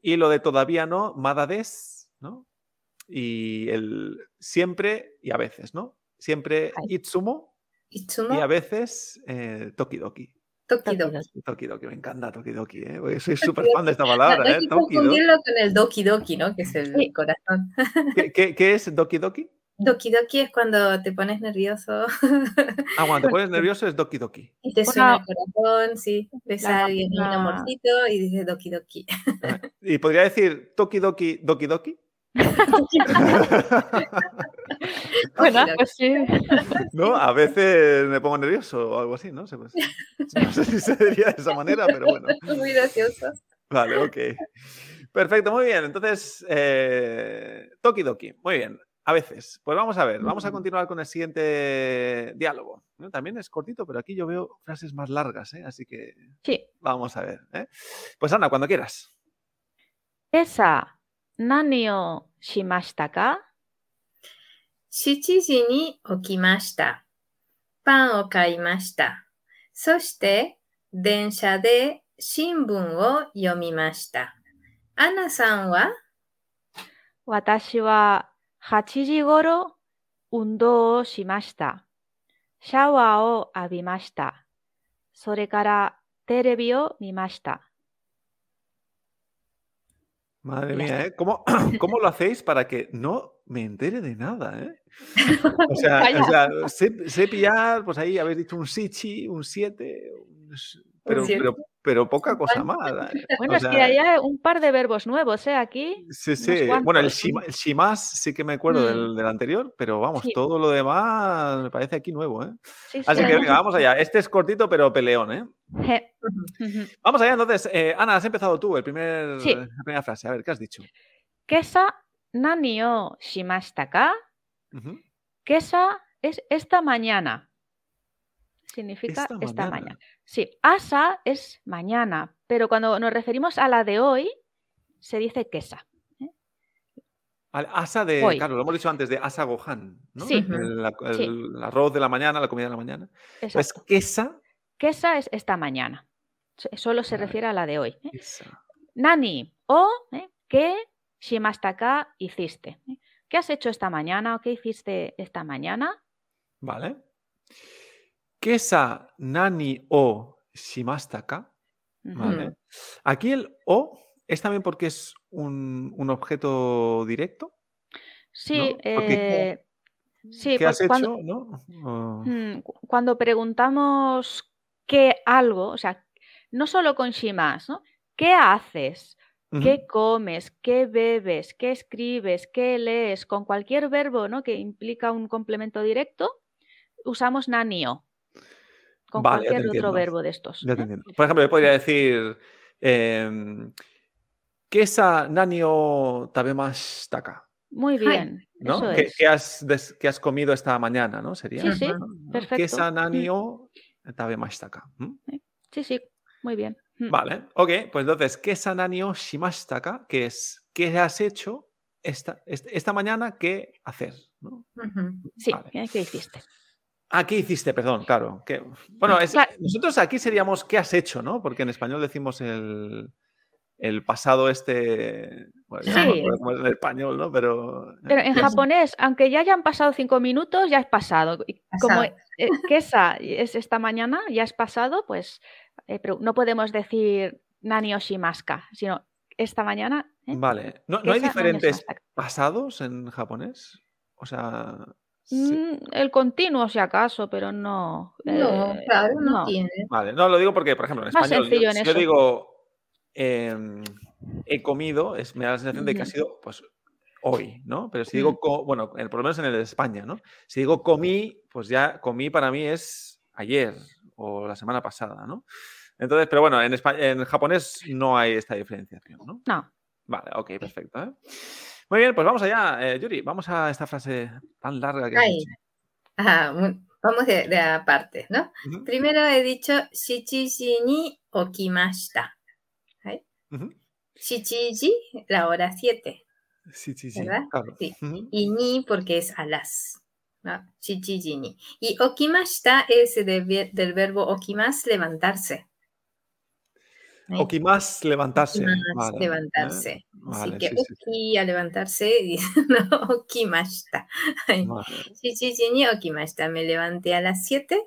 Speaker 2: Y lo de todavía no, madades, ¿no? Y el siempre y a veces, ¿no? Siempre
Speaker 4: Ahí.
Speaker 2: itsumo
Speaker 3: Itsumo
Speaker 2: y a eh, veces eh, tokidoki.
Speaker 3: tokidoki.
Speaker 2: Tokidoki, me encanta tokidoki, ¿eh? Porque soy súper fan de esta palabra,
Speaker 3: no
Speaker 2: ¿eh?
Speaker 3: hay que
Speaker 2: Tokidoki.
Speaker 3: confundirlo con el Doki Doki, ¿no? Que es el
Speaker 4: Sí.
Speaker 3: corazón.
Speaker 2: ¿Qué, qué, qué es dokidoki?
Speaker 3: Doki Doki es cuando te pones nervioso
Speaker 2: Ah, cuando
Speaker 3: *laughs*
Speaker 2: te
Speaker 4: Bueno,
Speaker 2: pones nervioso es dokidoki.
Speaker 3: y te
Speaker 4: Una-
Speaker 3: suena el corazón, sí. Ves
Speaker 4: Claro,
Speaker 3: a alguien en un
Speaker 4: una-
Speaker 3: amorcito y dices Doki Doki. *laughs*
Speaker 2: Ah, Y podría decir tokidoki, dokidoki.
Speaker 4: Bueno, pues sí.
Speaker 2: ¿No? A veces me pongo nervioso o algo así, ¿no? Se- pues- no sé si se diría de esa manera, pero bueno.
Speaker 3: Muy gracioso.
Speaker 2: Vale, ok. Perfecto, muy bien. Entonces, eh, Tokidoki, muy bien. A veces. Pues vamos a ver, vamos a continuar con el siguiente diálogo. ¿no? También es cortito, pero aquí yo veo frases más largas, ¿eh? así que
Speaker 4: Sí.
Speaker 2: vamos a ver. ¿eh? Pues Ana, cuando quieras.
Speaker 4: 今朝、何をしましたか
Speaker 3: 7時に起きました。パンを買いました。そして、電車で新聞を読みました。アナさんは
Speaker 4: 私は8時ごろ運動をしました。シャワーを浴びました。それからテレビを見ました。
Speaker 2: Madre
Speaker 4: Ya
Speaker 2: mía,
Speaker 4: está.
Speaker 2: ¿eh? ¿Cómo, *coughs* ¿Cómo lo hacéis para que no me entere de nada? ¿eh? O sea, o
Speaker 4: *laughs* Vaya.
Speaker 2: sea, sé, sé pillar, pues ahí habéis dicho un sichi, un 7, pero,
Speaker 3: siete.
Speaker 2: pero, pero poca cosa más.
Speaker 4: *laughs*
Speaker 2: ¿eh?
Speaker 4: Bueno,
Speaker 2: O
Speaker 4: es que
Speaker 2: sea,
Speaker 4: hay eh, un par de verbos nuevos, ¿eh? Aquí.
Speaker 2: Sí,
Speaker 4: unos
Speaker 2: sí. Bueno, el,
Speaker 4: cuantos,
Speaker 2: shima- el Shimas sí que me acuerdo del, del anterior, pero vamos,
Speaker 4: Sí.
Speaker 2: todo lo demás me parece aquí nuevo, ¿eh?
Speaker 4: Sí,
Speaker 2: Así
Speaker 4: sí.
Speaker 2: que venga, vamos allá. Este es cortito, pero peleón, ¿eh?
Speaker 4: Je. Ujú.
Speaker 2: Vamos allá, entonces. eh, Ana, has empezado tú el primer,
Speaker 4: Sí.
Speaker 2: la primera frase. A ver, ¿qué has dicho?
Speaker 4: 今朝、何をしましたか
Speaker 2: Ujú.
Speaker 4: 今朝 es esta mañana. Significa esta, mañana. Sí, asa es mañana, pero cuando nos referimos a la de hoy, se dice quesa.
Speaker 2: Vale, asa de,
Speaker 4: Hoy.
Speaker 2: claro, lo hemos dicho antes, de asa Gohan, ¿no?
Speaker 4: Sí.
Speaker 2: El, la-
Speaker 4: Sí.
Speaker 2: el arroz de la mañana, la comida de la mañana. Pues
Speaker 4: Exacto.
Speaker 2: quesa,
Speaker 4: Quesa es esta mañana. So- Solo se
Speaker 2: Vale.
Speaker 4: refiere a la de hoy. ¿eh?
Speaker 2: esa.
Speaker 4: Nani, o ¿eh? qué shimastaka hiciste. ¿eh? ¿Qué has hecho esta mañana o qué hiciste esta mañana?
Speaker 2: Vale. Quesa nani o shimastaka.
Speaker 4: Ujú.
Speaker 2: Vale. Aquí el O es también porque es un, un objeto directo.
Speaker 4: Sí,
Speaker 2: ¿No? Porque-
Speaker 4: eh, sí,
Speaker 2: ¿Qué has
Speaker 4: porque cuando-
Speaker 2: hecho? ¿no? O-
Speaker 4: Mm, cu- Cuando preguntamos qué algo, o sea, no solo con shimas, ¿no? ¿Qué haces?
Speaker 2: Ujú.
Speaker 4: ¿Qué comes? ¿Qué bebes? ¿Qué escribes? ¿Qué lees? Con cualquier verbo ¿no? que implica un complemento directo, usamos nanio. Con
Speaker 2: Vale, ya te
Speaker 4: cualquier otro
Speaker 2: entiendo.
Speaker 4: verbo de estos.
Speaker 2: Ya te
Speaker 4: ¿eh?
Speaker 2: entiendo. Por ejemplo, yo podría decir em, que esa nani o tabemashitaka,
Speaker 4: Muy
Speaker 3: Hi.
Speaker 4: bien.
Speaker 2: ¿no?
Speaker 4: Eso
Speaker 2: ¿Qué,
Speaker 4: es.
Speaker 2: qué has des- qué has comido esta mañana, ¿no? Sería.
Speaker 4: Sí, sí,
Speaker 3: Ajá.
Speaker 2: Que
Speaker 4: perfecto.
Speaker 2: esa nani
Speaker 4: Mm,
Speaker 2: o tabemashitaka. ¿m?
Speaker 4: Sí, sí, muy bien. Mm,
Speaker 2: Vale, ok, pues entonces, ¿qué es anani o shimashitaka? Que es, ¿qué has hecho esta, est- esta mañana? ¿Qué hacer? ¿no?
Speaker 3: Ujú.
Speaker 4: Sí,
Speaker 2: vale.
Speaker 4: ¿qué qué hiciste?
Speaker 2: Ah, ¿qué hiciste? Perdón, claro. que- bueno, es-
Speaker 4: Claro.
Speaker 2: nosotros aquí seríamos ¿qué has hecho? ¿no? Porque en español decimos el, el pasado este... Bueno, ya no me
Speaker 4: Sí.
Speaker 2: acuerdo cómo es en español, ¿no? Pero...
Speaker 4: Pero en
Speaker 3: Sí.
Speaker 4: japonés, aunque ya hayan pasado cinco minutos, ya es pasado. Y Como
Speaker 3: Pasado.
Speaker 4: eh, que esa es esta mañana, ya es pasado, pues eh, pero no podemos decir nani o shimaska, sino esta mañana. ¿eh?
Speaker 2: Vale. ¿No, no hay
Speaker 4: Esa nani o
Speaker 2: diferentes
Speaker 4: shimashitaka.
Speaker 2: pasados en japonés? O sea... sí.
Speaker 4: Mm, El continuo, si acaso, pero no.
Speaker 3: No,
Speaker 4: eh,
Speaker 3: claro, no,
Speaker 4: no.
Speaker 3: tiene.
Speaker 2: Vale, no lo digo porque, por ejemplo, en
Speaker 4: Más
Speaker 2: español, yo,
Speaker 4: sencillo en
Speaker 2: si yo
Speaker 4: eso.
Speaker 2: digo em, he comido, es, me da la sensación de que ha
Speaker 4: Ujú.
Speaker 2: sido pues, hoy, ¿no? Pero si digo, co- bueno, en- por lo menos en el de España, ¿no? Si digo comí, pues ya comí para mí es ayer o la semana pasada, ¿no? Entonces, pero bueno, en, espa- en japonés no hay esta diferenciación, ¿no?
Speaker 4: No.
Speaker 2: Vale, ok, perfecto. ¿eh? Muy bien, pues vamos allá, eh, Yuri, vamos a esta frase tan larga que has
Speaker 3: Ay.
Speaker 2: dicho.
Speaker 3: Ajá, Ah, mu- vamos de, de a partes, ¿no?
Speaker 2: Ujú,
Speaker 3: Primero he dicho 7時に起きました。
Speaker 2: ujú.
Speaker 3: 7時 la hora 7.
Speaker 2: Sí, sí, sí.
Speaker 3: ¿Verdad?
Speaker 2: claro.
Speaker 3: Sí.
Speaker 2: Ujú.
Speaker 3: Y ni porque es a las. ¿no? Chichiji ni. Y okimashita es del, ver- del verbo okimas, levantarse. ¿eh?
Speaker 2: Okimas, levantarse.
Speaker 3: Okimas,
Speaker 2: vale, ¿eh?
Speaker 3: levantarse. Así
Speaker 2: Vale,
Speaker 3: que uh,
Speaker 2: sí, sí, sí.
Speaker 3: oki a levantarse y *laughs* no, okimashita.
Speaker 2: Vale.
Speaker 3: Chichiji ni okimashita. Me levanté a las 7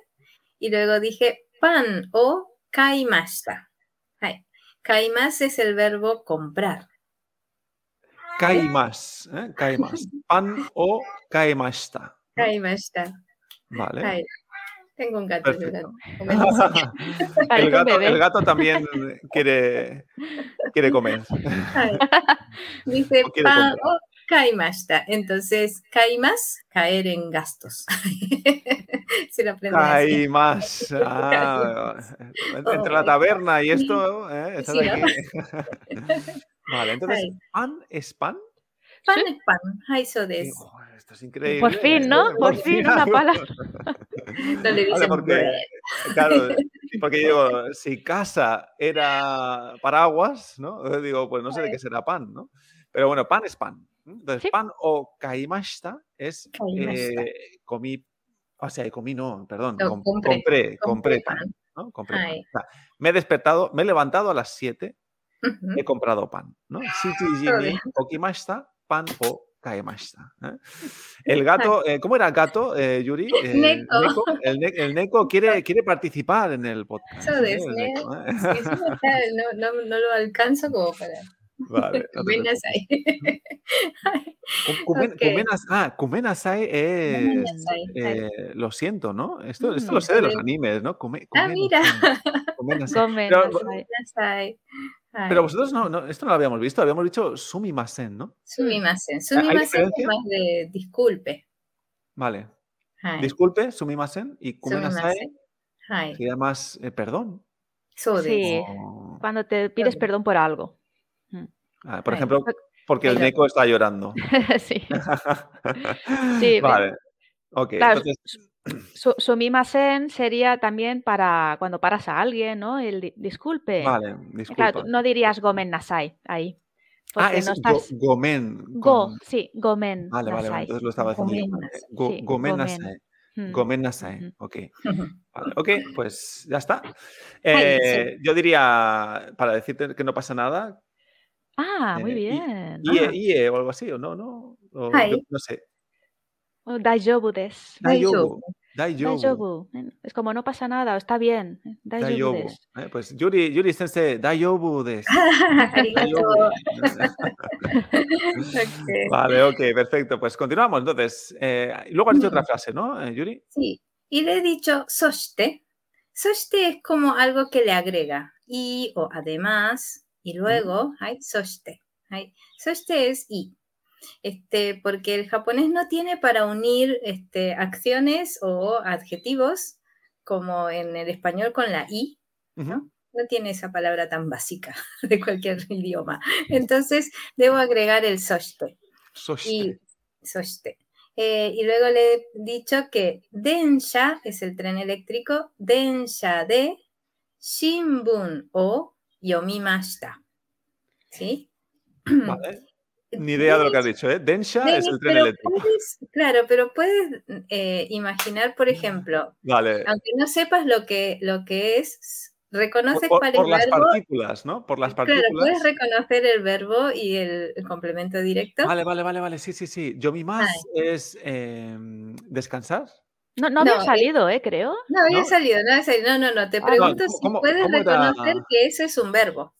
Speaker 3: y luego dije pan o kaimashita. Ay, Kaimas es el verbo comprar.
Speaker 2: Kaimas, ¿eh?
Speaker 3: *laughs*
Speaker 2: Kaimas. Pan o kaemashita. ¿no?
Speaker 3: Kaimashita.
Speaker 2: Vale. *laughs*
Speaker 3: Ay, tengo un gato.
Speaker 2: Perfecto.
Speaker 3: llorando. Obedece.
Speaker 4: Parece
Speaker 2: el,
Speaker 4: un
Speaker 2: gato,
Speaker 4: bebé.
Speaker 2: el gato también quiere, quiere comer.
Speaker 3: *laughs* Ay. Dice
Speaker 2: No quiero
Speaker 3: pan
Speaker 2: comprar.
Speaker 3: o Kaimashita. Entonces, kaimas, caer en gastos. *laughs* Se lo aprende así.
Speaker 2: *laughs* Hay
Speaker 3: *laughs*
Speaker 2: más. Ah, entre la taberna y esto, ¿eh? Estás
Speaker 3: Oh, Sí, ¿no?
Speaker 2: aquí. *laughs* Vale, entonces,
Speaker 3: Ay.
Speaker 2: ¿pan es pan?
Speaker 3: Pan
Speaker 4: Sí.
Speaker 3: es pan, ay, eso de eso.
Speaker 2: Digo, esto es increíble. ¿eh?
Speaker 4: Por
Speaker 2: *laughs*
Speaker 4: fin, ¿no? Por fin una palabra.
Speaker 3: No le dicen
Speaker 2: porque-
Speaker 3: "Bre". *laughs*
Speaker 2: Claro, porque digo, si casa era paraguas, ¿no? *laughs* Eh, Digo, pues no sé de qué será pan, ¿no? Pero bueno, pan es pan. ¿eh? Entonces,
Speaker 4: Sí.
Speaker 2: pan o kaimashita es
Speaker 3: Kaimashita.
Speaker 2: eh, comí, o sea, comí no, perdón,
Speaker 3: No,
Speaker 2: com-
Speaker 3: compré,
Speaker 2: compré, compré,
Speaker 3: compré
Speaker 2: pan,
Speaker 3: pan.
Speaker 2: ¿no? Compré
Speaker 3: Ay.
Speaker 2: pan. O sea, me he despertado, me he levantado a las 7,
Speaker 3: Ujú.
Speaker 2: he comprado pan, ¿no? Shichi jini okimashita, pan o kaemashita. ¿eh? El gato, eh, ¿cómo era gato, eh,
Speaker 3: *laughs*
Speaker 2: Yuri? Eh,
Speaker 3: Neko.
Speaker 2: el, ne- el Neko quiere, quiere participar en el podcast.
Speaker 3: Eso
Speaker 2: ¿eh?
Speaker 3: es,
Speaker 2: El
Speaker 3: ne-
Speaker 2: Neko, ¿eh?
Speaker 3: *laughs* Sí, eso no está- no, no- no lo alcanzo como para
Speaker 2: Vale. no te
Speaker 3: Vengas ahí. *laughs*
Speaker 2: preocupes. Ku- kumen-
Speaker 3: Ok.
Speaker 2: kumenas- ah, kumenasai es...
Speaker 3: Vengas ahí, ahí.
Speaker 2: eh, lo siento, ¿no? Esto, esto
Speaker 4: Mm.
Speaker 2: lo sé de los animes, ¿no? Kume-
Speaker 3: Ah,
Speaker 2: kumenasai, kumenasai.
Speaker 3: mira. *laughs*
Speaker 4: Comen,
Speaker 2: Pero-
Speaker 4: no sé.
Speaker 3: Vengas ahí. Ay,
Speaker 2: Pero vosotros no, no, esto no lo habíamos visto, habíamos dicho sumimasen, ¿no?
Speaker 3: Sumimasen. Sumimasen es
Speaker 2: diferencia?
Speaker 3: más de disculpe.
Speaker 2: Vale.
Speaker 3: Ay,
Speaker 2: Disculpe, sumimasen y kumenasai
Speaker 3: sumimasen. Ay,
Speaker 2: sería más eh, perdón.
Speaker 3: so de-
Speaker 4: Sí.
Speaker 2: o-
Speaker 4: Cuando te pides
Speaker 3: Claro.
Speaker 4: perdón por algo. *laughs*
Speaker 2: Ah, por
Speaker 3: Ay,
Speaker 2: ejemplo, porque el
Speaker 3: pero-
Speaker 2: Neko está llorando. *laughs*
Speaker 4: sí.
Speaker 2: sí,
Speaker 4: Sí,
Speaker 2: vale. Ok,
Speaker 4: Claro,
Speaker 2: entonces,
Speaker 4: Su- Sumimasen sería también para cuando paras a alguien, ¿no? El di- disculpe.
Speaker 2: vale,
Speaker 4: Eh,
Speaker 2: disculpa.
Speaker 4: Claro, tú no dirías gomen nasai ahí. Porque
Speaker 2: ah, es
Speaker 4: no
Speaker 2: go-
Speaker 4: estás.
Speaker 2: gomen.
Speaker 4: Go,
Speaker 2: con-
Speaker 4: sí, gomen
Speaker 2: Vale, vale, vale,
Speaker 4: nasai.
Speaker 2: entonces lo estaba diciendo. yo
Speaker 3: Gomen
Speaker 2: mal, eh.
Speaker 3: nasai,
Speaker 2: Go-
Speaker 4: sí,
Speaker 2: gomen
Speaker 4: gomen.
Speaker 2: nasai.
Speaker 4: Mm.
Speaker 2: Gomen nasai.
Speaker 4: Ujú.
Speaker 2: Ok.
Speaker 3: Ujú.
Speaker 2: Vale, ok, pues ya está.
Speaker 3: Ay, sí.
Speaker 2: Eh, Yo diría, para decirte que no pasa nada,
Speaker 4: Ah, muy
Speaker 2: Eh, y-
Speaker 4: bien.
Speaker 2: IE, IE o algo así, o no, no. o
Speaker 3: Ay.
Speaker 2: yo no sé.
Speaker 4: Ah, Daijoubu des.
Speaker 2: Dayobu. Dayobu.
Speaker 4: Daijoubu. Es como no pasa nada, o está bien. eh, Daijoubu
Speaker 2: Dayobu.
Speaker 4: des.
Speaker 2: Eh, Pues Yuri, Yuri Sensei, Dayobu des.
Speaker 3: *laughs* Arigato.
Speaker 2: *laughs*
Speaker 3: Ok.
Speaker 2: Vale, ok, perfecto. Pues continuamos. Entonces, eh, y luego has dicho
Speaker 3: Mm.
Speaker 2: otra frase, ¿no, eh, Yuri?
Speaker 3: Sí. Y le he dicho soste. Soste es como algo que le agrega. Y o además. Y luego hay soste. Ay, Soste es y. Este, porque el japonés no tiene para unir este, acciones o adjetivos como en el español con la i,
Speaker 2: Ujú.
Speaker 3: no tiene esa palabra tan básica *laughs* de cualquier idioma. Entonces debo agregar el soshite y *laughs*
Speaker 2: Soshite.
Speaker 3: soshite. Eh, y luego le he dicho que densha es el tren eléctrico, densha de shinbun o yomimashita. ¿Sí?
Speaker 2: Vale. Ni idea de lo que has dicho, ¿eh? Densha es el tren
Speaker 3: Pero
Speaker 2: eléctrico.
Speaker 3: puedes- claro, pero puedes eh, imaginar, por ejemplo,
Speaker 2: Vale.
Speaker 3: aunque no sepas lo que, lo que es, reconoces
Speaker 2: Por, por-
Speaker 3: cuál es
Speaker 2: por las
Speaker 3: el verbo
Speaker 2: partículas, ¿no? Por las
Speaker 3: Claro,
Speaker 2: partículas.
Speaker 3: puedes reconocer el verbo y el complemento directo.
Speaker 2: Vale, vale, vale, vale. Sí, sí, sí. Yo mi más es eh, descansar.
Speaker 4: No, no había
Speaker 3: No, eh,
Speaker 4: salido, eh, creo.
Speaker 3: No, había
Speaker 2: ¿no? Ah,
Speaker 3: salido, no había salido. No, no, no. Te
Speaker 4: no,
Speaker 3: pregunto
Speaker 2: ¿cómo-
Speaker 3: si
Speaker 2: cómo-
Speaker 3: puedes
Speaker 2: cómo era?
Speaker 3: reconocer que eso es un verbo.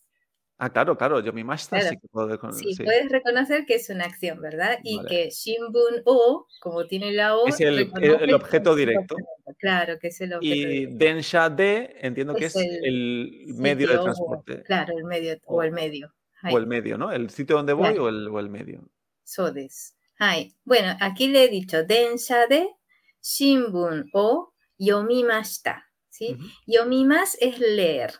Speaker 2: Ah, claro, claro. Yo mi más
Speaker 3: Claro.
Speaker 2: sí que puedo con-
Speaker 3: Sí,
Speaker 2: Ah, sí.
Speaker 3: puedes reconocer que es una acción, ¿verdad? Y
Speaker 2: Vale.
Speaker 3: que Shinbun O, como tiene la O,
Speaker 2: Es el- el- el
Speaker 3: reconoce que
Speaker 2: objeto
Speaker 3: es un
Speaker 2: directo.
Speaker 3: complemento. Claro, que es el objeto
Speaker 2: Y
Speaker 3: directo.
Speaker 2: densha de, entiendo que es
Speaker 3: Es
Speaker 2: el,
Speaker 3: el
Speaker 2: medio de
Speaker 3: sitio o-
Speaker 2: transporte.
Speaker 3: Claro, el medio
Speaker 2: O-
Speaker 3: o el medio. Ay,
Speaker 2: O el medio, ¿no? El sitio donde voy
Speaker 3: Claro.
Speaker 2: o, el, o el medio.
Speaker 3: sodes. Ay, bueno, aquí le he dicho densha de Shinbun O yomimashita, ¿sí?
Speaker 2: Ujú.
Speaker 3: Yomimas es leer.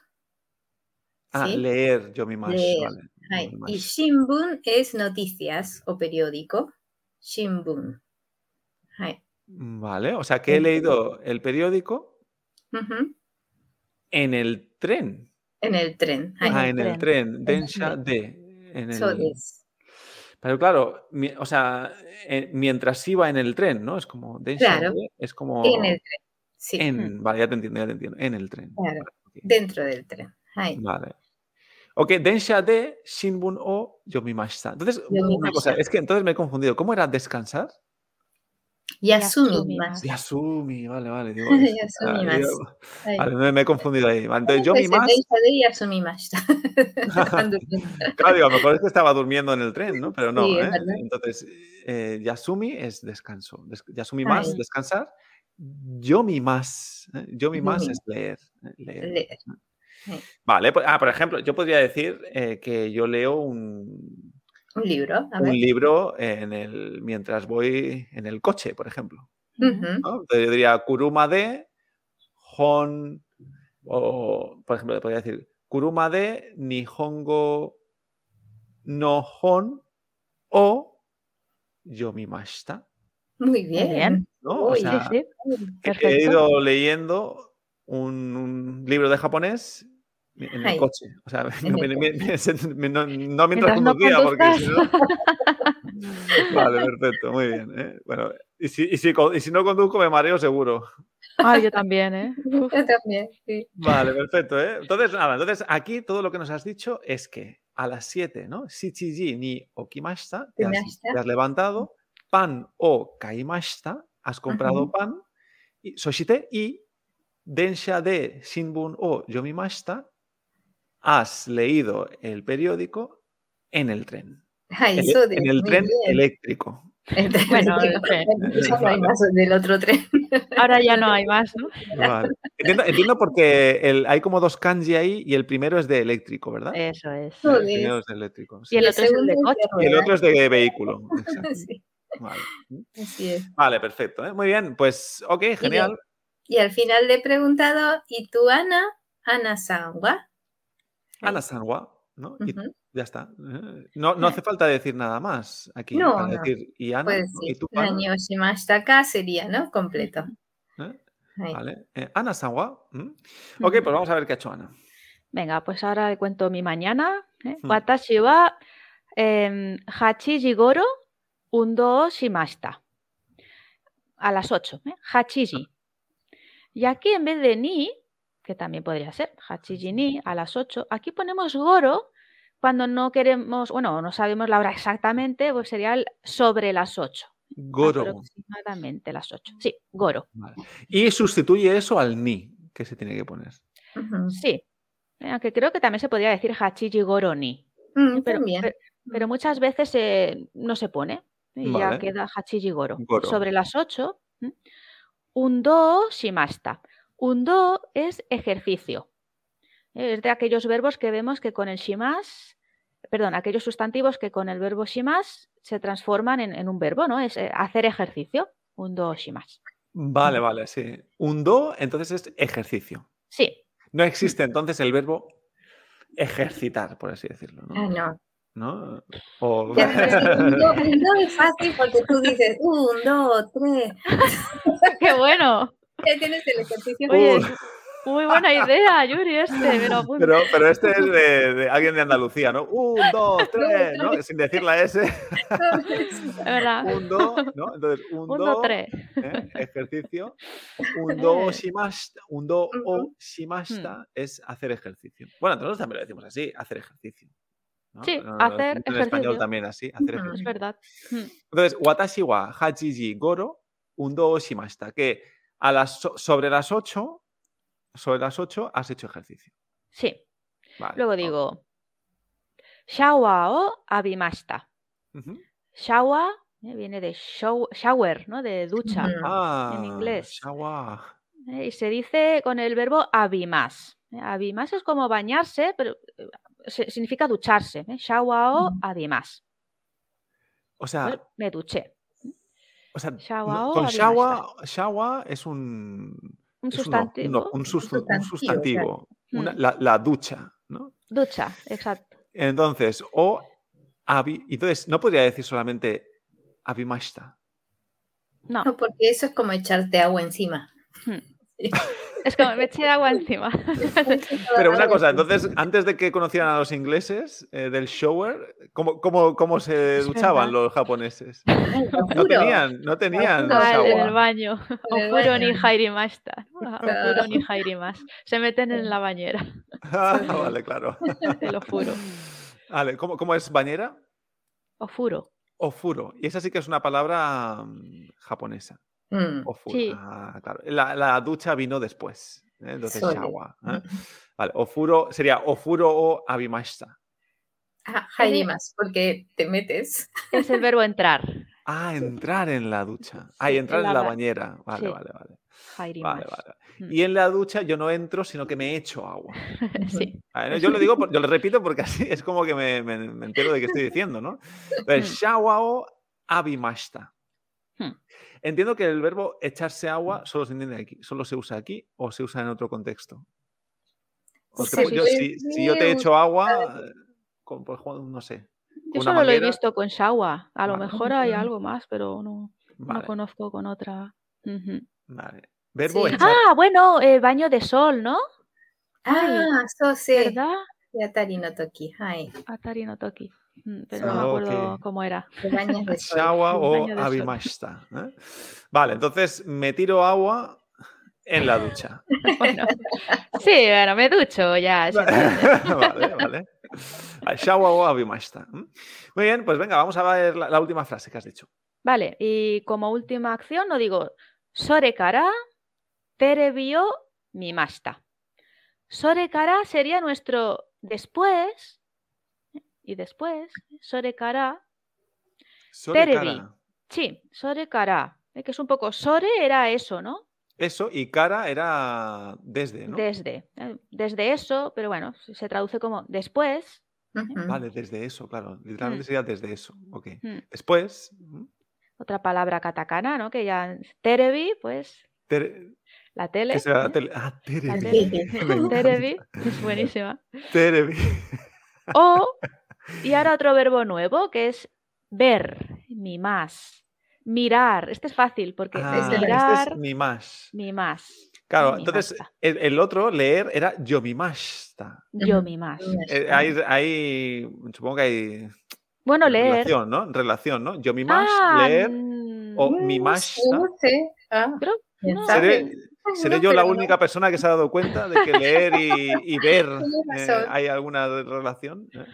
Speaker 2: Ah,
Speaker 3: ¿sí?
Speaker 2: leer yo mi más.
Speaker 3: Leer.
Speaker 2: Vale.
Speaker 3: Ay,
Speaker 2: Yomimash.
Speaker 3: y Shinbun es noticias o periódico. Shinbun. Ay,
Speaker 2: Mm, Vale, o sea que he leído el periódico
Speaker 3: ujú,
Speaker 2: en el tren.
Speaker 3: En el tren. ay,
Speaker 2: Ah,
Speaker 4: el
Speaker 2: en el
Speaker 4: tren.
Speaker 2: tren. Densha
Speaker 3: tren.
Speaker 2: de. En el-
Speaker 3: sodes.
Speaker 2: Pero claro, mi- o sea, eh, mientras iba en el tren, ¿no? Es como densha
Speaker 3: Claro.
Speaker 2: de, es como
Speaker 3: En el tren. Sí,
Speaker 2: en- vale, ya te entiendo, ya te entiendo. En el tren.
Speaker 3: Claro.
Speaker 2: ok.
Speaker 3: dentro del tren. Ay,
Speaker 2: Vale. Ok, densha de shinbun o yomimashita. Entonces, una cosa,
Speaker 3: Yomimashita.
Speaker 2: es que entonces me he confundido. ¿Cómo era descansar?
Speaker 3: Yasumi
Speaker 4: Yasumi
Speaker 3: más.
Speaker 2: *laughs* Yasumi, vale, vale. Digo,
Speaker 3: *laughs* Yasumi
Speaker 2: ah,
Speaker 3: más.
Speaker 2: digo,
Speaker 3: Ay.
Speaker 2: vale, me, me he confundido ahí. Vale, entonces,
Speaker 3: Pues,
Speaker 2: yomimas,
Speaker 3: densha de Yasumimashita. *laughs*
Speaker 2: *laughs*
Speaker 3: Cuando *laughs* entra.
Speaker 2: claro, digo, a lo mejor es que estaba durmiendo en el tren, ¿no? Pero no,
Speaker 3: Sí, es
Speaker 2: ¿eh?
Speaker 3: verdad.
Speaker 2: Entonces, eh, Yasumi es descanso. Des- yasumi
Speaker 3: Ay.
Speaker 2: más, descansar. Yomi más. ¿eh? Yomi más
Speaker 3: Yomi.
Speaker 2: es leer, ¿eh? leer.
Speaker 3: Leer.
Speaker 2: Vale, pues, ah, por ejemplo, yo podría decir eh, que yo leo un,
Speaker 3: Un libro. A ver.
Speaker 2: un libro en el, mientras voy en el coche, por ejemplo.
Speaker 3: *laughs* Ujú.
Speaker 2: ¿no? Entonces yo diría Kuruma de Hon. O, por ejemplo, le podría decir Kuruma de Nihongo no Hon o Yomimashita.
Speaker 3: Muy bien.
Speaker 4: bien.
Speaker 2: ¿no? O
Speaker 3: Uy,
Speaker 4: Sí,
Speaker 2: sea,
Speaker 4: sí,
Speaker 2: he
Speaker 4: perfecto.
Speaker 2: ido leyendo un, un libro de japonés en
Speaker 3: Ay.
Speaker 2: el coche. O sea, *laughs*
Speaker 3: En
Speaker 2: no,
Speaker 3: el
Speaker 2: me- me- me- no- no mientras
Speaker 4: Mientras no
Speaker 2: conducía, porque si
Speaker 4: conduzcas.
Speaker 2: no. *laughs* Vale, perfecto, muy bien. ¿eh? Bueno, y si, y si con- y si no conduzco, me mareo seguro.
Speaker 4: Ay, yo también, ¿eh? Uf.
Speaker 3: *laughs* Yo también, sí.
Speaker 2: Vale, perfecto. ¿eh? Entonces, nada, entonces aquí todo lo que nos has dicho es que a las 7, ¿no? Shichiji ni okimashita, te has,
Speaker 3: Okimashita.
Speaker 2: te has levantado, pan o kaimashita, has comprado pan, y, soshite y densha de shinbun o yomimashita, has leído el periódico en el tren.
Speaker 3: Ay,
Speaker 2: El-
Speaker 3: eso de-
Speaker 2: en el
Speaker 3: muy
Speaker 2: tren
Speaker 3: bien.
Speaker 2: eléctrico.
Speaker 3: El tren *laughs*
Speaker 4: Bueno,
Speaker 3: eléctrico. Ya no hay más del otro tren.
Speaker 4: Ahora ya no hay más,
Speaker 2: *laughs*
Speaker 4: ¿no?
Speaker 2: Vale. Entiendo, entiendo porque el- hay como dos kanji ahí y el primero es de eléctrico, ¿verdad?
Speaker 3: Eh,
Speaker 4: Eso es.
Speaker 2: El
Speaker 3: Joder.
Speaker 2: primero es de eléctrico. sí.
Speaker 4: Y el otro es el
Speaker 3: segundo
Speaker 4: de coche.
Speaker 2: Y el
Speaker 3: rueda.
Speaker 2: otro es de vehículo. exacto.
Speaker 3: *laughs* Sí,
Speaker 2: Vale.
Speaker 3: así es.
Speaker 2: Vale, perfecto. ¿eh? Muy bien, pues ok, genial.
Speaker 3: Y al final le he preguntado, ¿y tú, Ana? Ana Sangwa.
Speaker 2: Ana Sanwa, ¿no? Y
Speaker 3: Ujú.
Speaker 2: ya está. Eh, No, no hace falta decir nada más aquí
Speaker 3: No,
Speaker 2: para
Speaker 3: no. Pues
Speaker 2: decir y Ana
Speaker 3: Puedes
Speaker 2: ¿no? y
Speaker 3: decir,
Speaker 2: tú Ana,
Speaker 3: Nani Oshimashitaka sería, ¿no? Completo.
Speaker 2: ¿eh?
Speaker 3: Ahí.
Speaker 2: Vale. Eh, Ana Sanwa. ¿m? Ok, pues vamos a ver qué ha hecho
Speaker 3: Ah,
Speaker 2: Ana.
Speaker 4: Venga, pues ahora le cuento mi mañana. ¿eh?
Speaker 2: Hmm.
Speaker 4: Watashi wa em, hachi jigoro undo shimashita. A las 8. ¿eh? Hachiji. Y aquí en vez de ni, que también podría ser, hachiji ni, a las 8, aquí ponemos goro cuando no queremos, bueno, no sabemos la hora exactamente, pues sería el sobre las 8.
Speaker 2: Goro.
Speaker 4: Aproximadamente las 8. Sí, goro.
Speaker 2: Vale. Y sustituye eso al ni que se tiene que poner.
Speaker 3: Ujú.
Speaker 4: Sí. Eh, Aunque creo que también se podría decir hachiji goro ni.
Speaker 3: Mm,
Speaker 4: pero,
Speaker 3: también.
Speaker 4: pe- pero muchas veces eh, no se pone y
Speaker 2: Vale.
Speaker 4: ya queda Hachiji Goro.
Speaker 2: Goro.
Speaker 4: Sobre las 8, ¿m? un do shimasta. Un do es ejercicio. Eh, Es de aquellos verbos que vemos que con el shimas, perdón, aquellos sustantivos que con el verbo shimas se transforman en, en un verbo, ¿no? Es eh, hacer ejercicio. Un do shimas.
Speaker 2: Vale, vale, sí. Un do, entonces es ejercicio.
Speaker 4: Sí, *laughs*
Speaker 2: No existe entonces el verbo ejercitar, por así decirlo.
Speaker 3: Ah,
Speaker 2: ¿no? *laughs*
Speaker 3: no.
Speaker 2: ¿No? O-
Speaker 3: Ya, pero sí, un, do, un do es fácil porque tú dices, uh, un, dos, tres.
Speaker 4: qué bueno.
Speaker 3: Ya tienes el ejercicio.
Speaker 2: *laughs*
Speaker 4: Oye,
Speaker 2: Uh.
Speaker 4: muy buena idea, Yuri, este. me lo apunto.
Speaker 2: Pero, pero este es de, de alguien de Andalucía, ¿no? Un,
Speaker 4: *laughs*
Speaker 2: dos, tres, ¿no? Sin decir la S.
Speaker 4: Es verdad.
Speaker 2: Un, dos, ¿no? Entonces, un,
Speaker 4: Un,
Speaker 2: dos,
Speaker 4: do, tres.
Speaker 2: ¿eh? ejercicio.
Speaker 4: *laughs*
Speaker 2: Un, do,
Speaker 4: Eh.
Speaker 2: shimashita, un, do, o,
Speaker 3: Ujú.
Speaker 4: Hmm.
Speaker 2: shimashita es hacer ejercicio. Bueno, nosotros también lo decimos así, hacer ejercicio. ¿no?
Speaker 4: Sí,
Speaker 2: No, no, no,
Speaker 4: hacer
Speaker 2: En español
Speaker 4: ejercicio. Mm,
Speaker 2: también así, hacer
Speaker 3: Ujú.
Speaker 2: ejercicio.
Speaker 4: Es verdad. Hmm.
Speaker 2: Entonces, watashi wa hachiji goro undo o shimashita, que a las, so- sobre las 8, sobre las 8 has hecho ejercicio.
Speaker 4: Sí.
Speaker 2: Vale,
Speaker 4: Luego
Speaker 2: ok.
Speaker 4: digo, shawa o abimashita.
Speaker 2: Ujú.
Speaker 4: Shawa eh, viene de show- shower, ¿no? De ducha.
Speaker 3: Ujú.
Speaker 2: Ah,
Speaker 4: inglés.
Speaker 2: shawa.
Speaker 4: eh, y se dice con el verbo abimas. eh, Abimas es como bañarse, pero eh, se- significa ducharse. ¿eh? Shawa o
Speaker 3: Ujú.
Speaker 4: abimas.
Speaker 2: O sea,
Speaker 4: Pues me duché.
Speaker 2: o sea, no-
Speaker 4: shawa o
Speaker 2: con
Speaker 4: abimashita.
Speaker 2: shawa, shawa es un,
Speaker 4: Un
Speaker 2: es un ob-
Speaker 4: sustantivo.
Speaker 2: un, un sustu- un
Speaker 3: sustantivo,
Speaker 2: sustantivo, una-
Speaker 4: Mm.
Speaker 2: la, la ducha, ¿no?
Speaker 4: Ducha, exacto.
Speaker 2: Entonces, o abi- entonces no podría decir solamente abimashita.
Speaker 4: No,
Speaker 3: No, porque eso es como echarte agua
Speaker 4: *laughs*
Speaker 3: encima.
Speaker 4: es como me eché
Speaker 2: *laughs*
Speaker 4: agua encima.
Speaker 2: Pero una cosa, entonces, antes de que conocieran a los ingleses eh, del shower, ¿cómo, cómo, cómo se
Speaker 4: Es
Speaker 2: duchaban
Speaker 4: verdad.
Speaker 2: los
Speaker 4: *laughs*
Speaker 2: japoneses?
Speaker 3: Ay, lo
Speaker 2: No
Speaker 3: juro.
Speaker 2: tenían, no tenían
Speaker 3: juro.
Speaker 4: Ah, el,
Speaker 2: shower.
Speaker 4: el baño.
Speaker 3: el
Speaker 4: Ofuro ni
Speaker 3: baño.
Speaker 4: hairimashita. Ah, Ofuro ni hairimas. Se meten en la bañera,
Speaker 2: *laughs* Ah, vale, claro.
Speaker 4: te
Speaker 2: *laughs*
Speaker 4: lo juro.
Speaker 2: Vale, ¿cómo, cómo es bañera?
Speaker 4: Ofuro.
Speaker 2: Ofuro. Y esa sí que es una palabra mm, japonesa.
Speaker 3: Mm.
Speaker 2: Ofuro.
Speaker 4: Sí.
Speaker 2: Ah, claro. La, la ducha vino después. ¿eh? Entonces,
Speaker 3: Sole.
Speaker 2: shawa. ¿eh? Vale, ofuro sería ofuro o abimashita.
Speaker 3: Ah, Haimas, porque te metes.
Speaker 4: Es el verbo entrar.
Speaker 2: Ah, entrar en la ducha.
Speaker 4: Sí,
Speaker 2: Ah, y entrar
Speaker 4: en
Speaker 2: en
Speaker 4: la
Speaker 2: la
Speaker 4: ba-
Speaker 2: bañera. Vale,
Speaker 4: sí.
Speaker 2: vale, vale. Vale,
Speaker 4: Hairimars.
Speaker 2: vale.
Speaker 4: Mm.
Speaker 2: Y en la ducha yo no entro, sino que me echo agua.
Speaker 4: *laughs* Sí.
Speaker 2: Vale, Ah, ¿no? Yo lo
Speaker 4: *laughs*
Speaker 2: digo, por- yo lo repito porque así es como que me, me- me entero de qué estoy diciendo, ¿no? Entonces, shawao abimashita.
Speaker 4: Hmm.
Speaker 2: Entiendo que el verbo echarse agua solo se entiende aquí, solo se usa aquí o se usa en otro contexto. Porque
Speaker 3: Se
Speaker 2: pues, yo, si, si yo te
Speaker 3: puede
Speaker 2: echo agua, eh, con, pues, Juan, no sé.
Speaker 4: Yo
Speaker 2: una
Speaker 4: solo lo he
Speaker 2: manguera.
Speaker 4: visto con Shawa. A lo
Speaker 2: Vale. Mm.
Speaker 4: mejor hay algo más, pero no, no
Speaker 2: Vale,
Speaker 4: conozco con otra. Ujú.
Speaker 2: vale. Verbo
Speaker 3: Sí.
Speaker 2: echar. *laughs*
Speaker 4: Ah, bueno, eh, baño de sol, ¿no?
Speaker 3: Ah, so se
Speaker 4: ¿Verdad?
Speaker 3: Yatari no toki. Ay,
Speaker 4: Atari no Toki. Mm, Pero no me
Speaker 2: Ah,
Speaker 4: acuerdo
Speaker 2: ok. *laughs*
Speaker 4: cómo era. *laughs*
Speaker 3: te bañas de sol.
Speaker 2: Shawa
Speaker 4: un
Speaker 2: o
Speaker 4: baño de sol.
Speaker 2: abimashita. ¿eh? Vale, entonces me tiro agua en la ducha.
Speaker 4: Bueno, sí, bueno, me ducho ya. sí.
Speaker 2: *laughs* vale, vale. Ah, Shawa o abimashita. ¿Mm? Muy bien, pues venga, vamos a ver la, la última frase que has dicho.
Speaker 4: Vale, y como última acción, no digo sore kara terebio mimashita. Sore kara sería nuestro después. Y después, sore kara
Speaker 2: Sore
Speaker 4: Terebi.
Speaker 2: cara.
Speaker 4: Sí, sore cara. Es que es un poco. Sore era eso, ¿no?
Speaker 2: Eso y cara era desde, ¿no?
Speaker 4: Desde. eh, Desde eso, pero bueno, se se traduce como después.
Speaker 3: Ujú.
Speaker 2: Vale, desde eso, claro. Literalmente
Speaker 4: Mm.
Speaker 2: sería desde eso. Ok.
Speaker 4: Mm,
Speaker 2: Después, ¿m?
Speaker 4: Otra palabra katakana, ¿no? Que ya. Terebi, pues
Speaker 2: tere-
Speaker 4: la tele.
Speaker 2: ¿qué será?
Speaker 4: ¿eh?
Speaker 2: Tele- Ah,
Speaker 4: La
Speaker 2: terebi.
Speaker 3: *laughs*
Speaker 4: tele.
Speaker 2: Me encanta. *laughs*
Speaker 4: Terebi, es buenísima.
Speaker 2: Terebi.
Speaker 4: O, y ahora otro verbo nuevo que es ver, mi más. Mirar. Este es fácil porque
Speaker 2: Ah, este es
Speaker 4: mirar,
Speaker 2: mi más.
Speaker 4: mi más.
Speaker 2: Claro,
Speaker 4: mi
Speaker 2: entonces
Speaker 4: masta.
Speaker 2: el, el otro, leer, era yomimashita.
Speaker 4: Yo mi
Speaker 2: *laughs*
Speaker 4: más.
Speaker 2: Eh, hay, hay- supongo que hay
Speaker 4: Bueno, leer.
Speaker 2: relación, ¿no? Relación, ¿no? Yomimash,
Speaker 4: Ah,
Speaker 2: leer,
Speaker 4: mm,
Speaker 2: o
Speaker 3: Mm,
Speaker 2: mimashita.
Speaker 3: No sé. Ah,
Speaker 4: creo- no,
Speaker 3: pensar.
Speaker 2: Seré-
Speaker 4: no,
Speaker 2: Seré
Speaker 3: No,
Speaker 2: yo la
Speaker 3: pero no.
Speaker 2: única persona que se ha dado cuenta de que leer y, y ver
Speaker 3: Tienes
Speaker 2: eh,
Speaker 3: razón.
Speaker 2: hay alguna re- relación. ¿eh?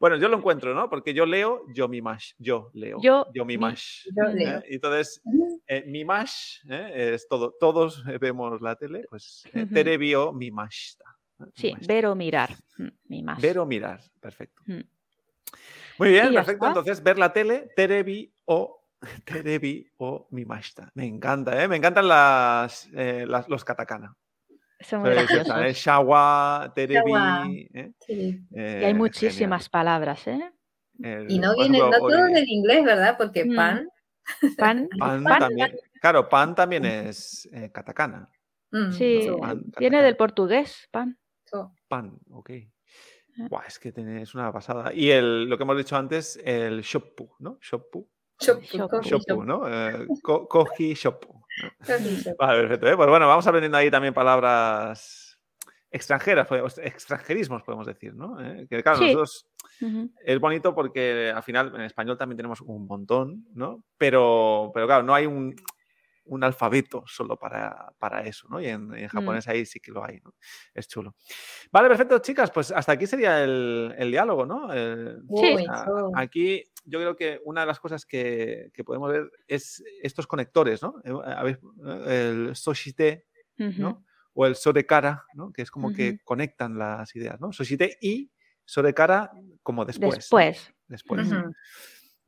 Speaker 2: Bueno, yo lo encuentro, ¿no? Porque yo leo, yo mimash, yo leo,
Speaker 4: Yo mi-
Speaker 2: mimash.
Speaker 3: Yo
Speaker 4: ¿eh?
Speaker 3: leo.
Speaker 2: Y Entonces, eh, mimash eh, es todo, todos eh, vemos la tele, pues eh,
Speaker 4: Ujú.
Speaker 2: tere vio mimashta. ¿eh?
Speaker 4: Sí,
Speaker 2: Mimashta.
Speaker 4: ver o mirar. mm, Mi más.
Speaker 2: Ver o mirar, perfecto.
Speaker 4: Mm.
Speaker 2: Muy
Speaker 4: Y
Speaker 2: bien,
Speaker 4: ya
Speaker 2: perfecto.
Speaker 4: está.
Speaker 2: Entonces, ver la tele, Terebi o *laughs* Terebi o Mimashita. Me encanta, ¿eh? Me encantan las, eh, las- los katakana.
Speaker 4: Son muy
Speaker 2: Entonces,
Speaker 4: graciosos.
Speaker 2: está, ¿eh? Shawa, Terebi.
Speaker 3: Shawa.
Speaker 2: ¿eh?
Speaker 3: Sí.
Speaker 4: Y hay muchísimas palablas, ¿eh?
Speaker 3: Y no viene, no todo del inglés, ¿verdad? Porque
Speaker 4: Mm.
Speaker 3: pan.
Speaker 4: Pan.
Speaker 2: Pan,
Speaker 4: pan-
Speaker 2: también. Claro, pan también es eh, katakana.
Speaker 3: Mm,
Speaker 4: Sí,
Speaker 3: so,
Speaker 2: pan,
Speaker 4: viene
Speaker 2: katakana.
Speaker 4: del portugués, pan.
Speaker 3: so.
Speaker 2: Pan, ok.
Speaker 4: Ah.
Speaker 2: Buah, es que tenéis una pasada. Y el, lo que hemos dicho antes, el shoppu, ¿no? Shoppu.
Speaker 3: Chopu, coffee
Speaker 2: Shopu,
Speaker 3: shop,
Speaker 2: ¿no? Eh, ko- Koji Shopu. ¿no?
Speaker 3: coffee shop.
Speaker 2: Vale, perfecto. ¿eh? Pues bueno, vamos aprendiendo ahí también palabras extranjeras, podemos- extranjerismos podemos decir, ¿no? Eh, Que claro,
Speaker 4: Sí.
Speaker 2: nosotros
Speaker 4: Ujú.
Speaker 2: es bonito porque al final en español también tenemos un montón, ¿no? Pero, pero claro, no hay un, un alfabeto solo para, para eso, ¿no? Y en, en japonés ahí sí que lo hay, ¿no? Es chulo. Vale, perfecto, chicas, pues hasta aquí sería el, el diálogo, ¿no? El-
Speaker 4: Sí.
Speaker 3: Uy,
Speaker 2: o sea,
Speaker 3: so.
Speaker 2: Pues Aquí yo creo que una de las cosas que, que podemos ver es estos conectores, ¿no? Eh, habéis- eh, El soshite,
Speaker 4: Ujú.
Speaker 2: ¿no? O el sorekara, ¿no? Que es como que
Speaker 4: Ujú.
Speaker 2: conectan las ideas, ¿no? Soshite y sorekara como después. ¿no?
Speaker 4: Después.
Speaker 2: Después.
Speaker 3: Ujú.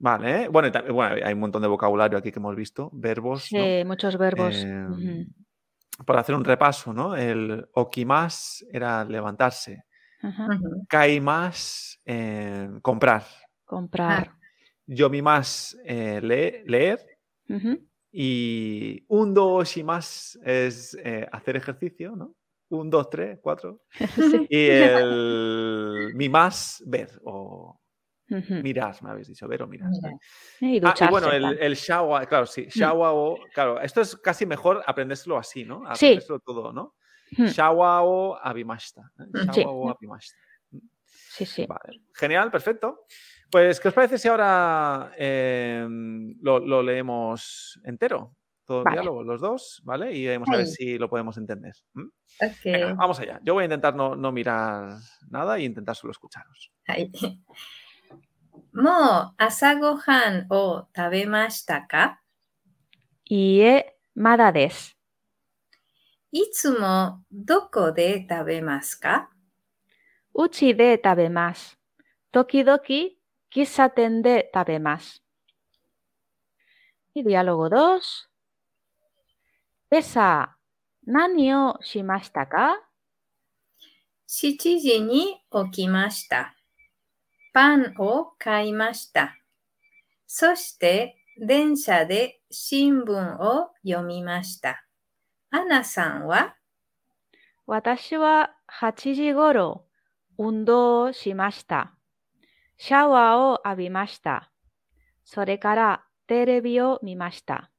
Speaker 2: Vale, ¿eh? bueno, y tam- bueno, hay un montón de vocabulario aquí que hemos visto, verbos, ¿no?
Speaker 4: Sí, muchos verbos.
Speaker 2: Eh,
Speaker 4: Ujú.
Speaker 2: Por hacer un repaso, ¿no? El okimas era levantarse,
Speaker 4: Ajá.
Speaker 3: Ujú.
Speaker 2: kaimas, eh, comprar,
Speaker 4: Comprar.
Speaker 2: yomimas, eh, le- leer,
Speaker 4: Ujú.
Speaker 2: Y un, dos y más es eh, hacer ejercicio, ¿no? Un, dos, tres, cuatro.
Speaker 4: Sí.
Speaker 2: Y el mi más, ver o
Speaker 4: Ujú.
Speaker 2: mirar, me habéis dicho, ver o mirar.
Speaker 3: Mirar.
Speaker 4: Y
Speaker 2: Ah,
Speaker 4: Mm. ducharse.
Speaker 2: y bueno,
Speaker 4: pan.
Speaker 2: el, el shawa, claro, sí, shawa o, claro, esto es casi mejor aprendérselo así, ¿no?
Speaker 4: Sí.
Speaker 2: Aprendérselo todo, ¿no?
Speaker 4: Ujú.
Speaker 2: Shawa o abimashita. ¿eh?
Speaker 3: Sí.
Speaker 2: Shawa o abimashita.
Speaker 4: Sí, sí.
Speaker 2: Vale. Genial, perfecto. Pues, ¿qué os parece si ahora em, lo, lo leemos entero? Todo el
Speaker 4: Vale.
Speaker 2: diálogo, los dos, ¿vale? Y vamos a ver
Speaker 3: Ahí.
Speaker 2: si lo podemos entender. ¿m?
Speaker 3: Ok.
Speaker 2: Venga, vamos allá. Yo voy a intentar no, no mirar nada y intentar solo escucharos.
Speaker 3: はい。もう朝ごはんを食べましたか
Speaker 4: Y e madades.
Speaker 3: いつもどこで食べますか
Speaker 4: Uchi de tabe más. Tokidoki kisaten de tabe más. Y diálogo 2. pesa nani o shimashita ka?
Speaker 3: Shichiji ni okimashita. Pan o kaimashita. Soshite, densha de shinbun o yomimashita. Ana-san wa
Speaker 4: 私は8時ごろ運動をしました。シャワーを浴びました。それからテレビを見
Speaker 2: *laughs*
Speaker 4: ました。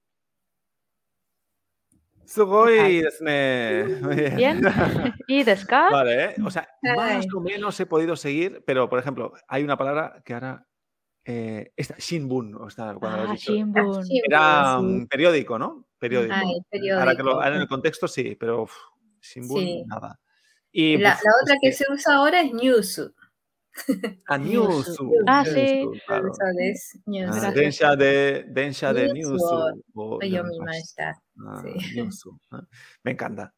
Speaker 2: Sugoi desu ne. Muy bien.
Speaker 4: Bien. *laughs* ¿Y des
Speaker 2: *laughs*
Speaker 4: ka?
Speaker 2: Vale, ¿eh? o sea, más
Speaker 3: Ay.
Speaker 2: o menos he podido seguir, pero por ejemplo, hay una palabra que ahora eh, esta, Shinbun, o esta, cuando lo has
Speaker 4: Ah,
Speaker 2: dicho.
Speaker 4: Shinbun.
Speaker 2: Era
Speaker 3: Sí.
Speaker 2: un periódico, ¿no? Periódico.
Speaker 3: Ay,
Speaker 2: Ahora que lo-
Speaker 3: Ah, periódico.
Speaker 2: ahora en el contexto sí, pero uf, Shinbun,
Speaker 3: Sí.
Speaker 2: nada. Y
Speaker 3: La,
Speaker 2: pues,
Speaker 3: la otra
Speaker 2: es
Speaker 3: que se usa ahora es News.
Speaker 2: a Newsu,
Speaker 4: Ah,
Speaker 2: Newsu,
Speaker 4: sí.
Speaker 2: claro.
Speaker 3: Entonces,
Speaker 2: Ah,
Speaker 3: News.
Speaker 4: Gracias.
Speaker 2: densha de, densha de
Speaker 3: Newsu
Speaker 2: Newsu, o
Speaker 3: Yo
Speaker 2: Yonkashi.
Speaker 3: misma está.
Speaker 2: Ah,
Speaker 3: Sí.
Speaker 2: Yuzu, ¿eh? Me encanta.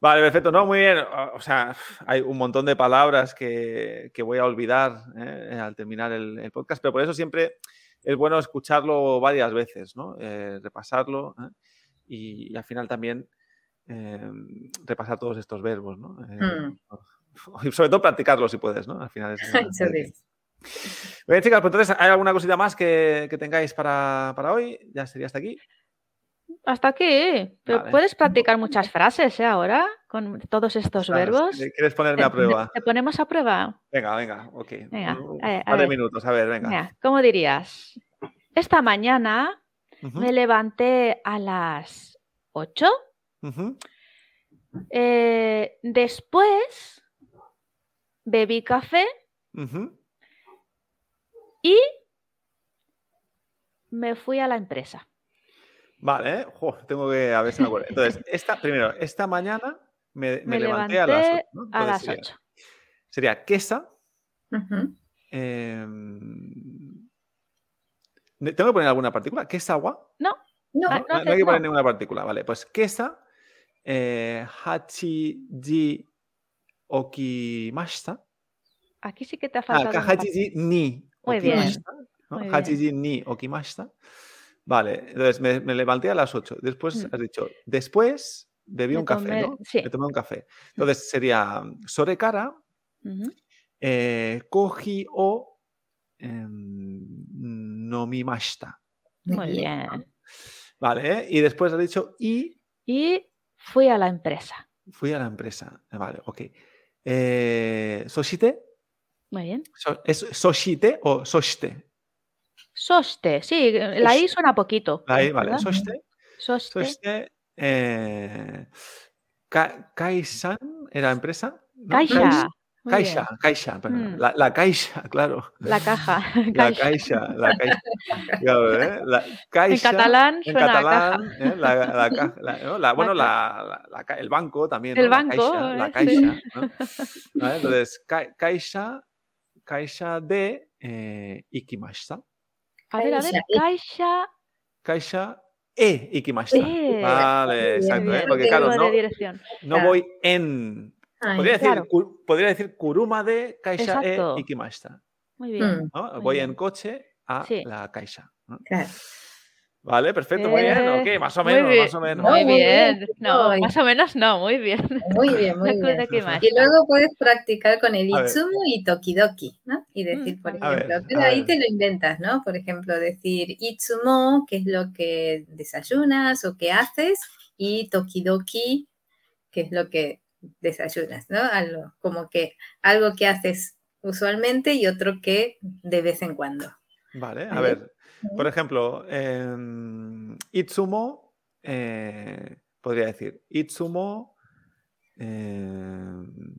Speaker 2: Vale, perfecto. No, muy bien. Ah, O sea, hay un montón de palabras que, que voy a olvidar ¿eh? al terminar el, el podcast, pero por eso siempre es bueno escucharlo varias veces, ¿no? Eh, repasarlo ¿eh? y, y al final también eh, repasar todos estos verbos, ¿no? Eh,
Speaker 3: Hmm.
Speaker 2: *laughs*
Speaker 3: Mm. *laughs*
Speaker 2: y sobre todo practicarlos si puedes, ¿no? Al final es...
Speaker 3: Eso es.
Speaker 2: Bien, chicas, pues entonces, ¿hay alguna cosita más que, que tengáis para, para hoy? Ya sería hasta aquí.
Speaker 4: Hasta aquí. Pero
Speaker 2: Vale.
Speaker 4: puedes practicar muchas frases ¿eh? ahora con todos estos
Speaker 2: Sara,
Speaker 4: verbos.
Speaker 2: ¿Quieres ponerme a prueba?
Speaker 4: Te ponemos a prueba.
Speaker 2: Venga, venga, ok.
Speaker 4: Venga,
Speaker 2: Un
Speaker 4: a ver, a
Speaker 2: par de
Speaker 4: ver.
Speaker 2: minutos, a ver, venga.
Speaker 4: Mira, ¿Cómo dirías? Esta mañana
Speaker 2: Ujú,
Speaker 4: me levanté a las 8.
Speaker 2: ujú.
Speaker 4: Eh, después bebí café
Speaker 2: Ujú.
Speaker 4: y me fui a la empresa.
Speaker 2: Vale, ¿eh? Jo, tengo que a ver si me
Speaker 4: *laughs*
Speaker 2: acuerdo. Entonces, esta, primero, esta mañana me, me
Speaker 4: Me
Speaker 2: levanté, a las
Speaker 4: levanté
Speaker 2: 8. ¿no?
Speaker 4: A
Speaker 2: Entonces
Speaker 4: las
Speaker 2: sería,
Speaker 4: 8.
Speaker 2: Sería quesa.
Speaker 3: Ujú.
Speaker 2: eh, ¿Tengo que poner alguna partícula? ¿Quesa agua?
Speaker 3: No,
Speaker 4: Ah,
Speaker 2: No, no- no
Speaker 4: te-
Speaker 2: hay que poner
Speaker 4: no.
Speaker 2: ninguna partícula, vale. Pues quesa, eh, hachiji okimashita.
Speaker 4: Aquí sí que te ha
Speaker 2: Ah,
Speaker 4: faltado. una parte.
Speaker 2: hachiji ni
Speaker 4: Muy bien.
Speaker 2: okimashita, ¿no?
Speaker 4: Muy bien.
Speaker 2: Hachiji ni okimashita. Vale, entonces me, me levanté a las 8. Después
Speaker 4: Mm.
Speaker 2: has dicho, después bebí
Speaker 4: Me
Speaker 2: un café,
Speaker 4: tomé-
Speaker 2: ¿no?
Speaker 4: sí.
Speaker 2: Me tomé un café. Entonces sería sorekara,
Speaker 4: Ujú.
Speaker 2: eh, koji o em, nomimashita.
Speaker 4: Muy
Speaker 3: bien.
Speaker 4: bien.
Speaker 2: Vale, ¿eh? y después has dicho, y
Speaker 4: Y fui a la empresa.
Speaker 2: fui a la empresa. Ah, Vale, ok. Eh, soshite,
Speaker 4: Muy bien.
Speaker 2: So- ¿es soshite o soshite?
Speaker 4: Soste, sí, la I
Speaker 2: Soste.
Speaker 4: suena poquito. ¿eh?
Speaker 2: Ahí, vale,
Speaker 4: ¿verdad?
Speaker 2: soshite.
Speaker 4: Soste.
Speaker 2: そして、えー、か会社 Eh, era empresa? ¿no?
Speaker 4: Caixa. Muy bien.
Speaker 2: Caixa, Caixa, perdón.
Speaker 4: Mm.
Speaker 2: La, la Caixa, *laughs* claro.
Speaker 4: La caja.
Speaker 2: *laughs* La
Speaker 4: Caixa.
Speaker 2: Caixa, la Caixa. Claro, ¿eh? La
Speaker 4: En
Speaker 2: Caixa.
Speaker 4: catalán
Speaker 2: en
Speaker 4: suena a caja.
Speaker 2: catalán, ¿eh? la, la caja, la- ¿no? La- bueno,
Speaker 4: ca-
Speaker 2: la, la- la ca- el banco también.
Speaker 4: El
Speaker 2: ¿no? La
Speaker 4: banco,
Speaker 2: Caixa, la
Speaker 4: ¿eh?
Speaker 2: Caixa.
Speaker 4: *laughs*
Speaker 2: ¿no? ¿Vale? Entonces, ca- Caixa, Caixa de eh, Ikimashita.
Speaker 4: A ver, a ver, Caixa.
Speaker 2: Caixa e Ikimashita.
Speaker 4: Eh,
Speaker 2: vale,
Speaker 3: muy bien,
Speaker 2: exacto.
Speaker 4: Muy
Speaker 2: ¿eh?
Speaker 4: bien,
Speaker 2: Porque
Speaker 4: el
Speaker 2: claro,
Speaker 4: código
Speaker 2: no,
Speaker 4: de dirección.
Speaker 2: no
Speaker 4: Claro.
Speaker 2: voy en.
Speaker 3: Ay,
Speaker 2: Podría decir,
Speaker 4: claro.
Speaker 2: cur- podría decir Kuruma de Caixa
Speaker 4: Exacto.
Speaker 2: e Ikimashita.
Speaker 4: Muy bien.
Speaker 3: Mm,
Speaker 2: ¿no?
Speaker 4: Muy
Speaker 2: Voy
Speaker 4: bien.
Speaker 2: en coche a
Speaker 4: Sí.
Speaker 2: la Caixa. ¿no?
Speaker 3: claro.
Speaker 2: Vale, perfecto, muy bien.
Speaker 4: Eh,
Speaker 2: Ok, más o
Speaker 4: muy
Speaker 2: menos,
Speaker 4: bien,
Speaker 2: más o menos.
Speaker 4: Muy
Speaker 3: No, muy bien,
Speaker 4: bien. No,
Speaker 3: muy bien.
Speaker 4: más o menos no, muy bien. *laughs*
Speaker 3: Muy bien, muy
Speaker 4: Una cosa
Speaker 3: bien.
Speaker 4: que más.
Speaker 3: Y luego puedes practicar con el
Speaker 2: A ver.
Speaker 3: Itsumu y Tokidoki, ¿no? Y decir, por
Speaker 4: A
Speaker 3: ejemplo,
Speaker 2: ver,
Speaker 3: pero
Speaker 2: a
Speaker 3: ahí
Speaker 2: ver.
Speaker 3: te lo inventas, ¿no? Por ejemplo, decir Itsumo, que es lo que desayunas o que haces, y Tokidoki, que es lo que desayunas, ¿no? Algo, como que algo que haces usualmente y otro que de vez en cuando.
Speaker 2: Vale, a
Speaker 3: Vale.
Speaker 2: ver. Por ejemplo, em, Itsumo, eh, podría decir, Itsumo, em,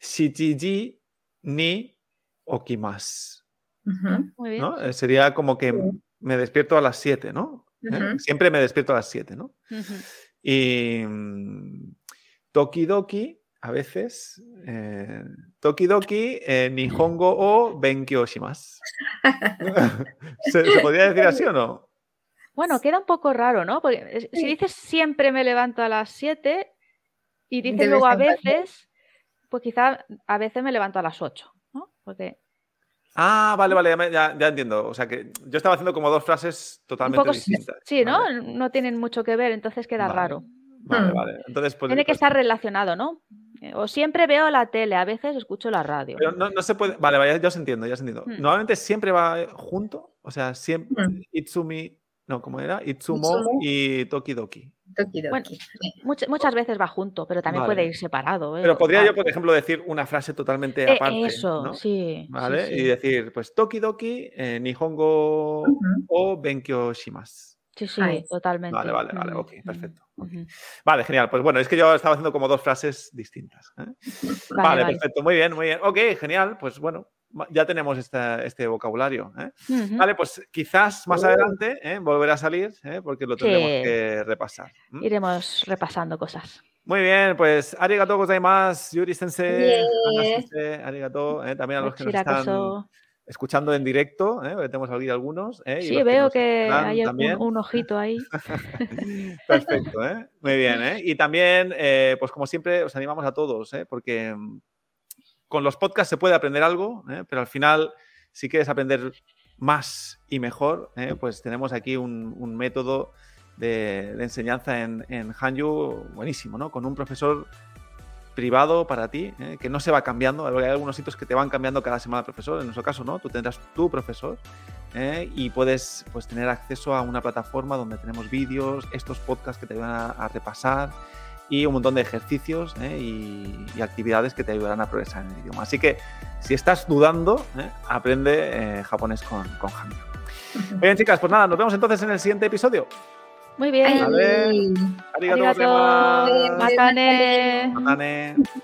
Speaker 2: Shichiji ni okimasu.
Speaker 3: Ujú,
Speaker 4: Muy bien.
Speaker 2: ¿no? Eh, Sería como que
Speaker 3: Sí.
Speaker 2: me despierto a las 7, ¿no? ¿Eh?
Speaker 3: Ujú.
Speaker 2: Siempre me despierto a las 7, ¿no?
Speaker 4: Ujú.
Speaker 2: Y mm, Tokidoki, a veces, eh, Tokidoki, eh, Nihongo o Benkyo shimasu. *laughs* ¿Se, se podría decir así o no?
Speaker 4: Bueno, queda un poco raro, ¿no? Porque es- si dices siempre me levanto a las 7 y dices
Speaker 3: De
Speaker 4: luego
Speaker 3: vez
Speaker 4: a
Speaker 3: en cuando.
Speaker 4: veces, pues quizá a veces me levanto a las 8, ¿no? Porque
Speaker 2: Ah, vale, vale, ya, me- ya- ya entiendo. O sea que yo estaba haciendo como dos frases
Speaker 4: un
Speaker 2: totalmente
Speaker 4: poco s-
Speaker 2: distintas.
Speaker 4: sí, ¿no?
Speaker 2: Vale,
Speaker 4: No tienen mucho que ver, entonces queda
Speaker 2: vale.
Speaker 4: raro.
Speaker 2: Vale,
Speaker 3: Hmm.
Speaker 2: vale. Entonces, pues,
Speaker 4: Tiene que
Speaker 2: pues,
Speaker 4: estar relacionado, ¿no? Eh, O siempre veo la tele, a veces escucho la radio.
Speaker 2: pero no, no se puede. Vale, vale, ya os entiendo, ya os entiendo.
Speaker 4: Hmm.
Speaker 2: Normalmente siempre va eh, junto. O sea, siempre.
Speaker 3: Hmm.
Speaker 2: Itsumi. No, ¿cómo era? Itsumo,
Speaker 3: Itsumo.
Speaker 2: y Tokidoki.
Speaker 3: Tokidoki.
Speaker 4: Bueno, Much- muchas veces va junto, pero también
Speaker 2: Vale.
Speaker 4: puede ir separado. ¿eh?
Speaker 2: Pero podría
Speaker 4: Va-
Speaker 2: yo, por ejemplo, decir una frase totalmente
Speaker 4: Eh,
Speaker 2: aparte.
Speaker 4: Eso,
Speaker 2: ¿no?
Speaker 4: sí. sí,
Speaker 2: ¿Vale?
Speaker 4: sí.
Speaker 2: Y decir, pues Tokidoki, eh, Nihongo
Speaker 3: Ujú.
Speaker 2: o Benkyo Shimas.
Speaker 4: Sí, sí,
Speaker 3: Ahí.
Speaker 4: totalmente.
Speaker 2: Vale, vale, vale,
Speaker 4: Mm,
Speaker 2: ok,
Speaker 4: mm,
Speaker 2: perfecto. ok.
Speaker 4: ujú.
Speaker 2: Vale, genial. Pues bueno, es que yo estaba haciendo como dos frases distintas. ¿eh?
Speaker 4: Vale,
Speaker 2: Vale,
Speaker 4: vale.
Speaker 2: perfecto, muy bien, muy bien. Ok, genial, pues bueno, ma- ya tenemos esta- este vocabulario. ¿eh?
Speaker 4: Ujú. Uh.
Speaker 2: Vale, pues quizás más
Speaker 3: Oh.
Speaker 2: adelante ¿eh? volverá a salir ¿eh? porque lo tendremos
Speaker 4: Sí.
Speaker 2: que repasar. ¿m?
Speaker 4: Iremos repasando cosas.
Speaker 2: Muy bien, pues arigato gozaimasu, Yuri sensei, Ana
Speaker 3: Bien.
Speaker 2: sensei, arigato, ¿eh? también a los que nos
Speaker 4: Mochira
Speaker 2: están
Speaker 4: Koso.
Speaker 2: escuchando en directo, ¿eh? porque tenemos aquí algunos. ¿eh? Y
Speaker 4: Sí,
Speaker 2: los
Speaker 4: veo
Speaker 2: nos
Speaker 4: que
Speaker 2: escucharán
Speaker 4: hay un,
Speaker 2: también.
Speaker 4: un
Speaker 2: *laughs*
Speaker 4: ojito ahí.
Speaker 2: Perfecto, ¿eh? muy bien. ¿eh? Y también, eh, pues como siempre, os animamos a todos, ¿eh? porque mm, con los podcasts se puede aprender algo, ¿eh? pero al final, si quieres aprender más y mejor, ¿eh? pues tenemos aquí un, un método de, de enseñanza en, en Hanyu buenísimo, ¿no? Con un profesor privado para ti, ¿eh? que no se va cambiando, porque hay algunos sitios que te van cambiando cada semana el profesor, en nuestro caso no, tú tendrás tu profesor ¿eh? y puedes pues, tener acceso a una plataforma donde tenemos vídeos, estos podcasts que te van a, a repasar y un montón de ejercicios ¿eh? y, y actividades que te ayudarán a progresar en el idioma. Así que si estás dudando, ¿eh? aprende eh, japonés con, con Hanyu. Muy Bien, chicas, pues nada, nos vemos entonces en el siguiente episodio.
Speaker 4: Muy
Speaker 3: Ay,
Speaker 4: bien.
Speaker 2: Vale.
Speaker 3: sí.
Speaker 2: Arigatou
Speaker 4: Arigatou.
Speaker 2: gozaimasu.
Speaker 3: Adiós.
Speaker 4: Matane.
Speaker 2: Matane.